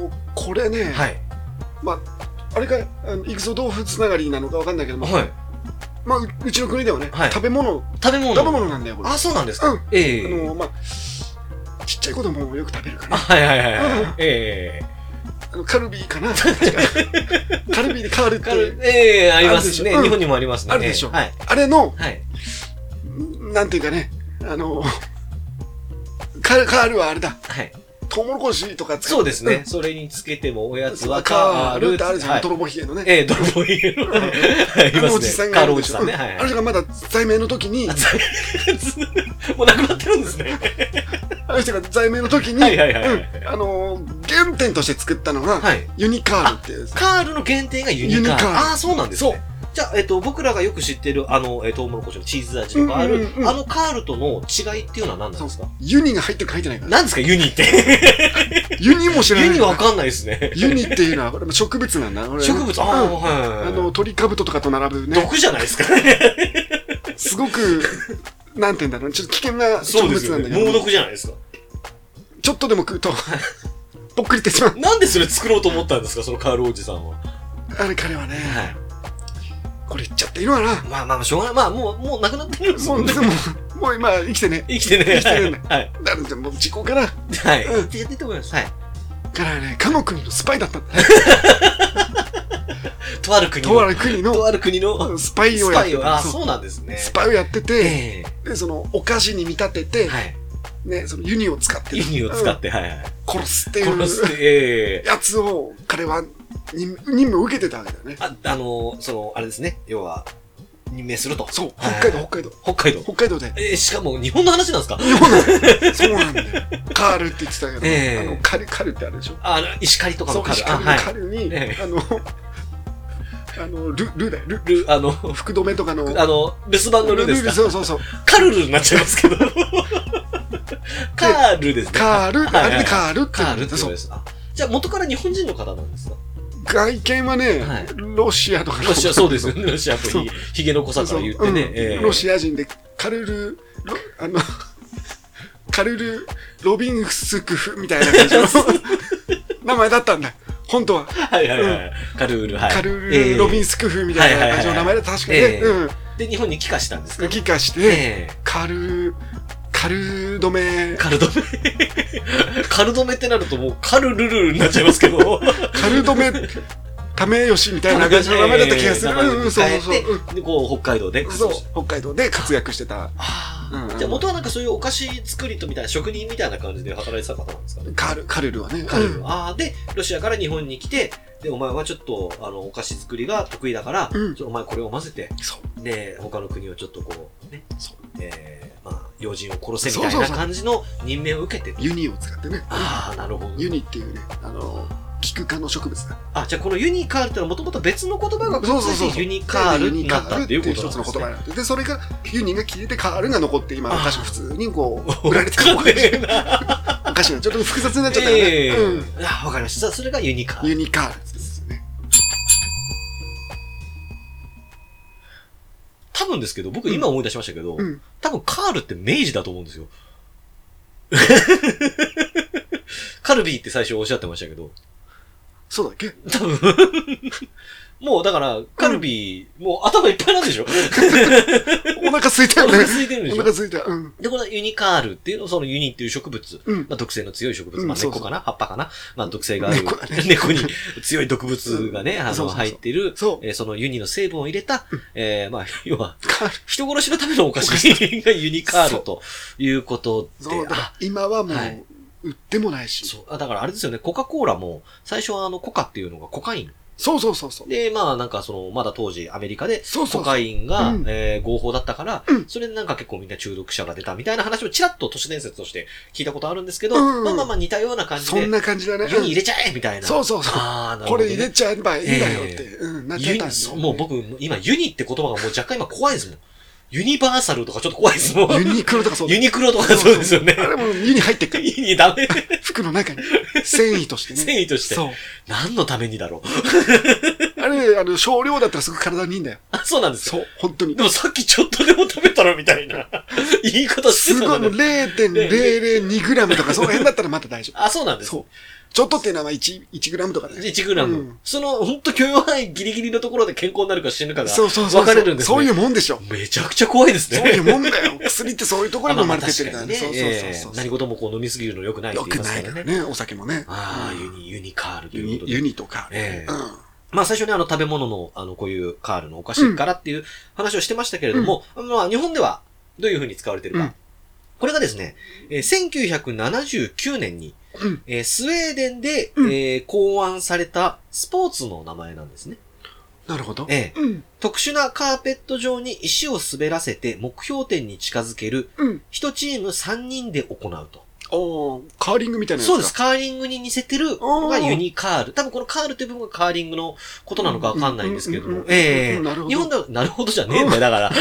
Speaker 2: ー、これね、
Speaker 1: はい。
Speaker 2: まあ、あれか、あのイグソ豆腐つながりなのかわかんないけども、
Speaker 1: はい。
Speaker 2: まあ、ううちの国ではね、
Speaker 1: はい
Speaker 2: 食べ物、
Speaker 1: 食べ物。
Speaker 2: 食べ物なんだよ、これ。
Speaker 1: ああ、そうなんですか。
Speaker 2: うん
Speaker 1: ええ
Speaker 2: あのまあ、ちっちゃい子供もよく食べるか
Speaker 1: あ
Speaker 2: な。
Speaker 1: はいはいはいはい。
Speaker 2: うん
Speaker 1: え
Speaker 2: あのカルビーかな。 違うカルビーで変わる
Speaker 1: え
Speaker 2: って
Speaker 1: カ
Speaker 2: い
Speaker 1: ル
Speaker 2: う。
Speaker 1: ええあります
Speaker 2: あるでし
Speaker 1: ね、
Speaker 2: ょうん
Speaker 1: 日本にもありますね。
Speaker 2: あるでしょ
Speaker 1: はい。
Speaker 2: あれの、
Speaker 1: はい。
Speaker 2: んなんていうかね、あの、カルカールはあれだ。
Speaker 1: はい。
Speaker 2: トウモロコシとか使
Speaker 1: そうですね。それにつけてもおや
Speaker 2: うん
Speaker 1: つは
Speaker 2: カ
Speaker 1: カ
Speaker 2: ー
Speaker 1: ール
Speaker 2: ルってあるじゃん、
Speaker 1: はい
Speaker 2: 泥棒ひげのね。
Speaker 1: ええ泥棒家の。はいい
Speaker 2: あ
Speaker 1: ま
Speaker 2: のおじ
Speaker 1: す
Speaker 2: さ
Speaker 1: ね。
Speaker 2: んが
Speaker 1: カ
Speaker 2: あ
Speaker 1: ール
Speaker 2: る
Speaker 1: お
Speaker 2: で
Speaker 1: じ
Speaker 2: し
Speaker 1: さ
Speaker 2: ょ。
Speaker 1: ん
Speaker 2: うん
Speaker 1: ね。はい
Speaker 2: あ
Speaker 1: は
Speaker 2: れ
Speaker 1: い。
Speaker 2: がまだ在名の時に、
Speaker 1: もうなくなってるんですね。
Speaker 2: あの人が在名の時に、
Speaker 1: はいはいはいはい
Speaker 2: うんあの原点として作ったのが、
Speaker 1: はい
Speaker 2: ユニカールっていうやつ
Speaker 1: カールの限定がユニカール。
Speaker 2: ユニカール
Speaker 1: ああ、そうなんですね。
Speaker 2: そう
Speaker 1: じゃあ、えっと、僕らがよく知ってる、あの、えー、トウモロコシのチーズ味とかある、
Speaker 2: うんうんうん
Speaker 1: あのカールとの違いっていうのは何なんですか
Speaker 2: ユニが入ってるか入ってないか。
Speaker 1: 何ですかユニって。
Speaker 2: ユニも知らない。
Speaker 1: ユニわかんないですね。
Speaker 2: ユニっていうのは、これ植物なんだ。俺
Speaker 1: 植物ああ、
Speaker 2: うん
Speaker 1: はい。
Speaker 2: あの、、鳥かぶととかと並ぶね、
Speaker 1: 毒じゃないですか。
Speaker 2: すごく、なんて言うんだろう、ちょっと危険 な植
Speaker 1: そうで
Speaker 2: 物
Speaker 1: すよ
Speaker 2: なんだ
Speaker 1: ね。
Speaker 2: け
Speaker 1: 猛
Speaker 2: ど、
Speaker 1: 毒じゃないですか。
Speaker 2: ちょっとでも食うと、ぽっくりってし まう。
Speaker 1: なんでそれ作ろうと思ったんですかそのカールおじさんは。
Speaker 2: あれ、彼はね、
Speaker 1: はい。
Speaker 2: これ言っちゃっていいのかな。
Speaker 1: まあまあ、しょうがない。まあ、もう、もうなくなってるんです
Speaker 2: も
Speaker 1: も
Speaker 2: う、
Speaker 1: ん
Speaker 2: で
Speaker 1: ね。
Speaker 2: も、もう今、生きてね、
Speaker 1: 生きてね。
Speaker 2: 生きてるんだ
Speaker 1: はい。
Speaker 2: なんでもう時効かな。
Speaker 1: はい。
Speaker 2: う
Speaker 1: ってやっていいと思います。はい。
Speaker 2: 彼はね、かの国のスパイだったんだ。
Speaker 1: とある国の。
Speaker 2: とある国
Speaker 1: と
Speaker 2: の
Speaker 1: ある国の。
Speaker 2: スパイを
Speaker 1: ス
Speaker 2: やっ
Speaker 1: パ
Speaker 2: て
Speaker 1: イ
Speaker 2: て
Speaker 1: を。ああ、
Speaker 2: そう
Speaker 1: そうなんですね。
Speaker 2: スパイをやってて、
Speaker 1: え
Speaker 2: で、その、お菓子に見立て
Speaker 1: え
Speaker 2: て、
Speaker 1: はい。
Speaker 2: ね、そのユニを使って、
Speaker 1: ユニを使
Speaker 2: う
Speaker 1: って、はいはい。
Speaker 2: ん殺すっていう
Speaker 1: 殺して、ええ
Speaker 2: やつを、彼は任任務を受けてたわけだよね。
Speaker 1: あ、あの、その、あれですね。要は、任命すると。
Speaker 2: そう、
Speaker 1: はい
Speaker 2: 北海道、北海道。
Speaker 1: 北海道。
Speaker 2: 北海道で。
Speaker 1: えーしかも日本の話なんですか
Speaker 2: 日本のそうなんだよ。カールって言ってたけど、
Speaker 1: ええ
Speaker 2: あの、カル、カルってあるでしょ。
Speaker 1: あの、石狩とか
Speaker 2: そ
Speaker 1: の
Speaker 2: う、
Speaker 1: カル。
Speaker 2: 石川
Speaker 1: あ、は
Speaker 2: のカ
Speaker 1: い。
Speaker 2: ルに、
Speaker 1: ええ
Speaker 2: あの、 あの、ル、ルだよ、ル。
Speaker 1: ル、あの、
Speaker 2: 福留とかの、
Speaker 1: あの、留守番のルですか
Speaker 2: そうそうそう。
Speaker 1: カルルになっちゃいますけど。カールですね。
Speaker 2: カール、
Speaker 1: はいはい
Speaker 2: あれでカールって
Speaker 1: カー
Speaker 2: 言うん
Speaker 1: ル
Speaker 2: だ
Speaker 1: ってこと
Speaker 2: そう
Speaker 1: で。す。あじゃあ元から日本人の方なんですか
Speaker 2: 外見はね、
Speaker 1: はい
Speaker 2: ロシアとかの
Speaker 1: ロシア、そうですよね。ロシアと
Speaker 2: そう
Speaker 1: ひひげの濃さから言って
Speaker 2: そう
Speaker 1: ね
Speaker 2: うん。
Speaker 1: えー
Speaker 2: ロシア人でカルルロあの カルル・ロビンスクフみたいな感じの 名前だったんだ本当は、
Speaker 1: はいはいはい。カルール、はい。
Speaker 2: カルル・ロビン
Speaker 1: ス。
Speaker 2: スクフみたいな感じの名前で確かにね、
Speaker 1: ええ
Speaker 2: うん
Speaker 1: で、日本に帰化したんですか
Speaker 2: 激化して、
Speaker 1: ええ
Speaker 2: カルルカルル止め
Speaker 1: カルドメ。カルドメってなるともうカルルルになっちゃいますけど。
Speaker 2: カル止めためよしみたいな感じの名前だった気がする、
Speaker 1: えー
Speaker 2: うん、そうそうそう、
Speaker 1: 変えてで、こう、北海道で
Speaker 2: うん
Speaker 1: 活
Speaker 2: そう
Speaker 1: 動して。
Speaker 2: 北海道で活躍してた
Speaker 1: ああ、
Speaker 2: うんうん
Speaker 1: じゃあ元はなんかそういうお菓子作りとみたいな職人みたいな感じで働いてた方なんですかね。
Speaker 2: カルカルルはね
Speaker 1: 彼は
Speaker 2: うん
Speaker 1: ああ、で、ロシアから日本に来て、で、お前はちょっと、あの、お菓子作りが得意だから、
Speaker 2: うん
Speaker 1: ちょお前これを混ぜて、
Speaker 2: そう
Speaker 1: で、他の国をちょっとこう、ね、
Speaker 2: そ
Speaker 1: えー、まあ、要人を殺せみたい
Speaker 2: そうそう
Speaker 1: な
Speaker 2: そう
Speaker 1: 感じの任命を受けて。
Speaker 2: ユニを使ってね
Speaker 1: ああ、なるほど。
Speaker 2: ユニっていうね、あの、キク科の植物だ。
Speaker 1: あ、じゃあこのユニカールってのはもともと別の言葉がくっつ
Speaker 2: そうそうそう
Speaker 1: い
Speaker 2: そ
Speaker 1: て
Speaker 2: う
Speaker 1: ユニカールになったっていうこ
Speaker 2: 一
Speaker 1: と
Speaker 2: つ
Speaker 1: な
Speaker 2: の
Speaker 1: んで
Speaker 2: 言
Speaker 1: す
Speaker 2: 葉
Speaker 1: ね。
Speaker 2: になって、で、それが、ユニが消えてカールが残って、今、
Speaker 1: あー
Speaker 2: 昔普通にこう、
Speaker 1: わ
Speaker 2: 売られて
Speaker 1: か
Speaker 2: る
Speaker 1: ん
Speaker 2: お
Speaker 1: ね
Speaker 2: 菓
Speaker 1: え
Speaker 2: 子。
Speaker 1: な。
Speaker 2: お菓子がちょっと複雑になっちゃったよね。
Speaker 1: ええ
Speaker 2: うん。
Speaker 1: あわかりました。さあそれがユニカール
Speaker 2: ユ。ニカールですね。
Speaker 1: 多分ですけど、僕今思い出しましたけど、
Speaker 2: うん
Speaker 1: 多分カールって明治だと思うんですよ。 カルビーって最初おっしゃってましたけど、
Speaker 2: そうだっけ
Speaker 1: 多分もうだから、カルビー、もう頭いっぱいなんでしょ
Speaker 2: お腹空いた
Speaker 1: お
Speaker 2: よね
Speaker 1: 腹。空いてるんで
Speaker 2: お
Speaker 1: しょ
Speaker 2: 腹空いた。うん。
Speaker 1: で、このユニカールっていうのは、そのユニっていう植物。
Speaker 2: うん。
Speaker 1: まあ、毒性の強い植物。
Speaker 2: うん
Speaker 1: まあ、根
Speaker 2: そ
Speaker 1: っ
Speaker 2: うそ
Speaker 1: こか
Speaker 2: う
Speaker 1: な、葉っぱかなまあ、毒性がある。
Speaker 2: 猫だね
Speaker 1: 猫に強い毒物がね、あ
Speaker 2: そうそう
Speaker 1: の、
Speaker 2: そう
Speaker 1: 入ってる、
Speaker 2: そう。
Speaker 1: えーそのユニの成分を入れた、えーまあ、要は、
Speaker 2: カール。
Speaker 1: 人殺しのためのお菓子がユニカールということで、
Speaker 2: そうだ
Speaker 1: あ。
Speaker 2: 今はもう
Speaker 1: はい、
Speaker 2: 売ってもないし。
Speaker 1: そうあだからあれですよね、コカ・コーラも、最初はあの、コカっていうのがコカイン
Speaker 2: そうそうそうそう。
Speaker 1: で、まあなんかその、まだ当時アメリカで、
Speaker 2: そうそうそう
Speaker 1: コカインが、
Speaker 2: うん
Speaker 1: えー合法だったから、それでなんか結構みんな中毒者が出たみたいな話をちらっと都市伝説として聞いたことあるんですけど、
Speaker 2: うん
Speaker 1: まあまあまあ似たような感じ
Speaker 2: そ
Speaker 1: で
Speaker 2: ん、な感じだね。
Speaker 1: 湯に入
Speaker 2: れ
Speaker 1: れちゃえみたいな。
Speaker 2: そうそうそう
Speaker 1: ああ、なるほ
Speaker 2: こ
Speaker 1: ど、
Speaker 2: れ
Speaker 1: ね。
Speaker 2: 入れちゃえばいいんだよって、
Speaker 1: え
Speaker 2: うん、なっちゃ
Speaker 1: ユ
Speaker 2: ったん
Speaker 1: ニ
Speaker 2: だよ、
Speaker 1: もう僕、今ユニって言葉がもう若干今怖いですもん。ユニバーサルとかちょっと怖いですもん。
Speaker 2: ユニクロとかそう。
Speaker 1: ユニクロとかそうですよね。
Speaker 2: あれも湯に入ってっから。
Speaker 1: ユニダメ。
Speaker 2: 服の中に。繊維として ね。
Speaker 1: 繊維として
Speaker 2: そう。
Speaker 1: 何のためにだろう。
Speaker 2: あれね、あの、少量だったらすぐ体にいいんだよ。
Speaker 1: あ、そうなんです
Speaker 2: そ
Speaker 1: よ。
Speaker 2: う、本当に
Speaker 1: で。もさっきちょっとでも食べたらみたい な言い方して
Speaker 2: すご
Speaker 1: た
Speaker 2: い、
Speaker 1: の
Speaker 2: もう
Speaker 1: ね。
Speaker 2: 0.002グラムとか、その辺だったらまだ 大丈
Speaker 1: あ、そうなん
Speaker 2: 夫。
Speaker 1: です。
Speaker 2: そう。ちょっとっていうのはまあ 1, 1グラムとかね。
Speaker 1: 1グラム。
Speaker 2: うん
Speaker 1: その、ほんと許容範囲ギリギリのところで健康になるか死ぬかが
Speaker 2: そうそうそう。
Speaker 1: 分かれるんですね。
Speaker 2: そういうもんでしょ。
Speaker 1: めちゃくちゃ怖いですね。
Speaker 2: そういうもんだよ。薬ってそういうところに
Speaker 1: あ
Speaker 2: 生
Speaker 1: ま
Speaker 2: ま
Speaker 1: あ
Speaker 2: れ
Speaker 1: まあ
Speaker 2: てってるからね。
Speaker 1: 確
Speaker 2: そう
Speaker 1: に
Speaker 2: そうそうそう。
Speaker 1: ええ何事もこう飲みすぎるの良くないって
Speaker 2: よ
Speaker 1: 言い
Speaker 2: く
Speaker 1: ます
Speaker 2: な
Speaker 1: か
Speaker 2: い
Speaker 1: ら
Speaker 2: から
Speaker 1: ね。
Speaker 2: ね、お酒もね。
Speaker 1: ああ、
Speaker 2: うん
Speaker 1: ユニ、ユニカールと
Speaker 2: ユ
Speaker 1: いう
Speaker 2: ニ
Speaker 1: こと
Speaker 2: ユ
Speaker 1: で。
Speaker 2: ニとか。
Speaker 1: ええ
Speaker 2: うん
Speaker 1: まあ最初にあの食べ物の、あの、こういうカールのお菓子からっていう話をしてましたけれども、まあ日本ではどういうふうに使われてるか。
Speaker 2: うん
Speaker 1: これがですね、えー1979年に、
Speaker 2: うん
Speaker 1: えースウェーデンで、
Speaker 2: うん
Speaker 1: えー考案されたスポーツの名前なんですね。
Speaker 2: なるほど。
Speaker 1: ええ
Speaker 2: うん。
Speaker 1: 特殊なカーペット上に石を滑らせて目標点に近づける、
Speaker 2: うん。
Speaker 1: 1チーム3人で行うと。
Speaker 2: おーカーリングみたいなやつ
Speaker 1: そ
Speaker 2: か
Speaker 1: うです。。カーリングに似せてるのがユニカール。多分このカールという部分がカーリングのことなのかわかんないんですけれど
Speaker 2: うんうん
Speaker 1: も
Speaker 2: う。んうん
Speaker 1: ええ
Speaker 2: なるほど
Speaker 1: 日本では、なるほどじゃねえんだよ、だから。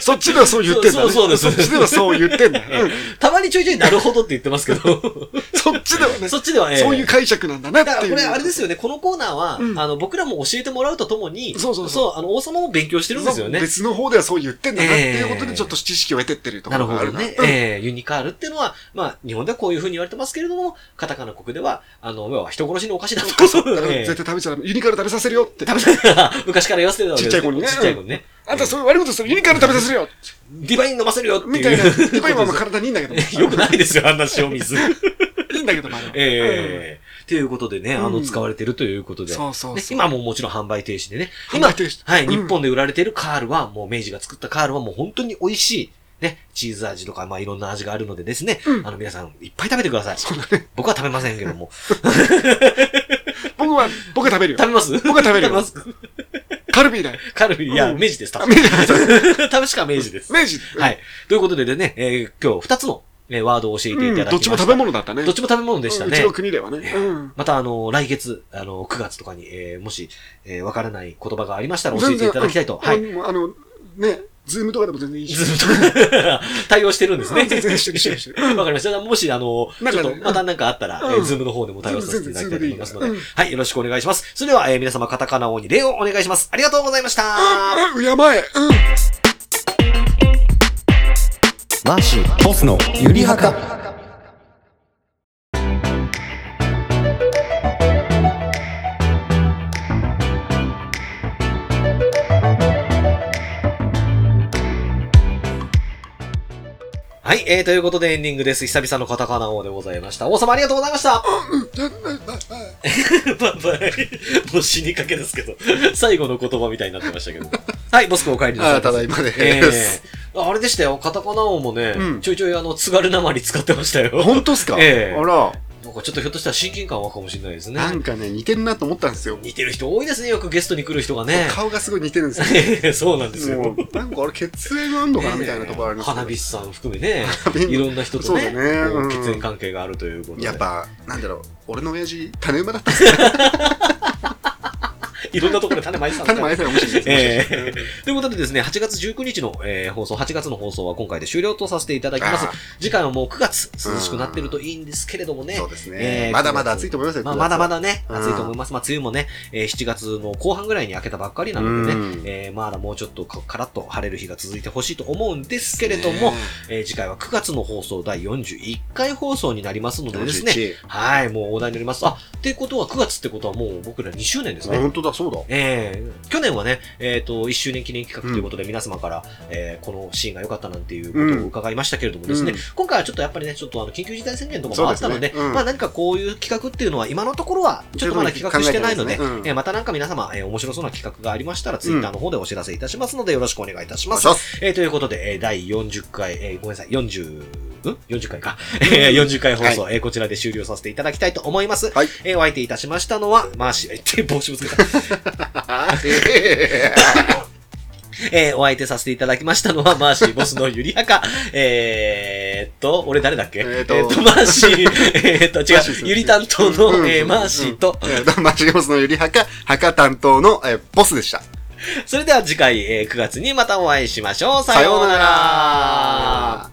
Speaker 2: そっちではそう言ってんだね。
Speaker 1: そうそうそうです
Speaker 2: っちではそう言ってんだ。
Speaker 1: ええ
Speaker 2: うん
Speaker 1: たまにちょいちょいなるほどって言ってますけど。
Speaker 2: そっちではね、
Speaker 1: そっちでは、ええ
Speaker 2: そういう解釈なんだなっ
Speaker 1: だから
Speaker 2: てい
Speaker 1: こ
Speaker 2: う。
Speaker 1: れあれですよね、このコーナーは、
Speaker 2: うん
Speaker 1: あの、僕らも教えてもらうとともに、
Speaker 2: そうそうそう
Speaker 1: あの、王様も勉強してるんですよね。
Speaker 2: 別の方ではそう言ってんだなっていうこ
Speaker 1: え
Speaker 2: と
Speaker 1: え
Speaker 2: でちょっと知識を得てってるとこ
Speaker 1: なる
Speaker 2: ろ
Speaker 1: ほ
Speaker 2: があ
Speaker 1: ど
Speaker 2: るな。
Speaker 1: ね。
Speaker 2: うん
Speaker 1: ええユニカールっていうのは、まあ、日本ではこういうふうに言われてますけれども、カタカナ国では、あの、要は人殺しのお菓子だとか、
Speaker 2: そうだから
Speaker 1: ええ
Speaker 2: 絶対食べちゃダメ。ユニカール食べさせるよって。
Speaker 1: 昔から言わせてたわけです
Speaker 2: ちっちゃい子にね
Speaker 1: ちっちゃい子にね。
Speaker 2: あんたそういう悪いことする。ユニカール食べさせるよ
Speaker 1: ディバイン飲ませるよっていう。
Speaker 2: みたいな。今今も体にいいんだけど。
Speaker 1: よくないですよ、あんな塩 水。
Speaker 2: いいんだけど、まあ。
Speaker 1: ええということでね、あの、
Speaker 2: うん
Speaker 1: 使われてるということで。
Speaker 2: そうそう
Speaker 1: ね
Speaker 2: そう。
Speaker 1: 今はもうもちろん販売停止でね。
Speaker 2: 販
Speaker 1: 今
Speaker 2: 売停、止
Speaker 1: はい、
Speaker 2: うん
Speaker 1: 日本で売られてるカールは、もう明治が作ったカールはもう本当に美味しい。ね、チーズ味とか、まあいろんな味があるのでですね、あの皆さんいっぱい食べてください。僕は食べませんけども。
Speaker 2: 僕は、僕は食べるよ
Speaker 1: 食べ。ます
Speaker 2: 僕は食べ
Speaker 1: 食
Speaker 2: るよ
Speaker 1: べます
Speaker 2: カルビーだよ。
Speaker 1: カルビ、いや、
Speaker 2: うん
Speaker 1: 明治です、確
Speaker 2: 明
Speaker 1: か。
Speaker 2: 治
Speaker 1: 確か明治です。
Speaker 2: 明治。
Speaker 1: はい。ということでね、えー今日二つの、えーワードを教えていただきまし
Speaker 2: うん
Speaker 1: た。
Speaker 2: どっちも食べ物だったね。
Speaker 1: どっちも食べ物でした
Speaker 2: うんう
Speaker 1: ね
Speaker 2: ちの。国ではね。うん。
Speaker 1: また、あの、来月、あの、9月とかに、えーもし、えーわからない言葉がありましたら教えていただきたいと。はい。
Speaker 2: うんあの、ね、ズームとかでも全然いいし。
Speaker 1: ずっと 対応してるんですね。
Speaker 2: 全然してるしてるして
Speaker 1: わかりました。もし、あの、
Speaker 2: なん
Speaker 1: ちょ
Speaker 2: かね
Speaker 1: っと、またなんかあったら、
Speaker 2: うん
Speaker 1: えーズームの方でも対応させていただきたいと思いますので、
Speaker 2: 全然
Speaker 1: はい、よろしくお願いします。それでは、えー皆様、カタカナ王に礼をお願いします。ありがとうございました。
Speaker 2: ああ、やばい。うん。
Speaker 4: マシボスのゆりはか
Speaker 1: はい、えー、ということでエンディングです。久々のカタカナ王でございました。王様ありがとうございました。 バイバイ。もう死にかけですけど、最後の言葉みたいになってましたけど。はい、ボス君お帰りなさ
Speaker 3: あ
Speaker 1: い。
Speaker 3: ーただいまで
Speaker 1: え
Speaker 3: す。
Speaker 1: え あれでしたよ、カタカナ王もね、
Speaker 3: うん
Speaker 1: ちょいちょいあの、津軽なまり使ってましたよ。
Speaker 3: 本当っすか
Speaker 1: ええ
Speaker 3: あら、
Speaker 1: なんかちょっとひょっとしたら親近感はかもしれないですね。
Speaker 3: なんかね、似てんなと思ったんですよ。
Speaker 1: 似てる人多いですね、よくゲストに来る人がね。
Speaker 3: 顔がすごい似てるんですよ。
Speaker 1: そうなんです
Speaker 3: も
Speaker 1: よ。
Speaker 3: う、なんかあれ、血縁があんのかなみたいなところあ りますけど
Speaker 1: 花火師さん含 めね、
Speaker 3: 火
Speaker 1: いろんな人とね、
Speaker 3: そうだね
Speaker 1: こう
Speaker 3: うん
Speaker 1: 血縁関係があるということで。
Speaker 3: やっぱ、なんだろう、俺の親父、種馬だったんですよ。
Speaker 1: いろんなところで種まいてたんだ
Speaker 3: 種馬やってたかもしれないで
Speaker 1: え
Speaker 3: す。
Speaker 1: えということでですね、8月19日の、えー放送、8月の放送は今回で終了とさせていただきます
Speaker 3: あー。
Speaker 1: 次回はもう9月、涼しくなってるといいんですけれどもね。
Speaker 3: そうですね
Speaker 1: えー
Speaker 3: まだまだ暑いと思いますよ
Speaker 1: まあ、
Speaker 3: 9月
Speaker 1: ま
Speaker 3: は
Speaker 1: だまだね、
Speaker 3: うん
Speaker 1: 暑いと思います。まあ、梅雨もね、えー7月の後半ぐらいに明けたばっかりなので
Speaker 3: う
Speaker 1: ね
Speaker 3: ん、
Speaker 1: えーまだもうちょっとかからっと晴れる日が続いてほしいと思うんですけれども、えー次回は9月の放送第41回放送になりますのでですね
Speaker 3: 41、
Speaker 1: はい、もう大台になります。あ、ってことは9月ってことはもう僕ら2周年ですね。
Speaker 3: 本当だ、そうだ。
Speaker 1: えー去年はね、えっ、と、1周年記念企画ということで、皆様から、えーこのシーンが良かったなんていうことを伺いましたけれどもですね、
Speaker 3: うん
Speaker 1: 今回はちょっとやっぱりね、ちょっとあの、緊急事態宣言とか
Speaker 3: そ
Speaker 1: も
Speaker 3: う
Speaker 1: あ
Speaker 3: で
Speaker 1: っ
Speaker 3: す
Speaker 1: た
Speaker 3: ね
Speaker 1: ので、
Speaker 3: うん
Speaker 1: まあ何かこういう企画っていうのは、今のところは、ちょっとまだ企画してないので、
Speaker 3: ちょっと考えてないですねうん
Speaker 1: えーまたなんか皆様、えー面白そうな企画がありましたら、ツイッターの方でお知らせいたしますので、よろしくお願いいたします。
Speaker 3: お願いしま
Speaker 1: えーということで、えー第40回、えーごめんなさい、40、ん ?40 回か。えー40回放送、えーこちらで終了させていただきたいと思います。
Speaker 2: はい
Speaker 1: えーお相手いたしましたのは、マーシー、えって帽子をつけた。えーお相手させていただきましたのは、マー シーボスのゆりはか、えーっと、俺誰だっけ
Speaker 2: えーっと
Speaker 1: マーシ ー、えーっと、
Speaker 2: マーシーです
Speaker 1: 違う、ゆり担当の、えーマーシーと、
Speaker 2: えーとマシモスのゆりはか、はか担当の、えーボスでした。
Speaker 1: それでは次回、えー9月にまたお会いしましょう。さような
Speaker 2: さような
Speaker 1: ら
Speaker 2: ら。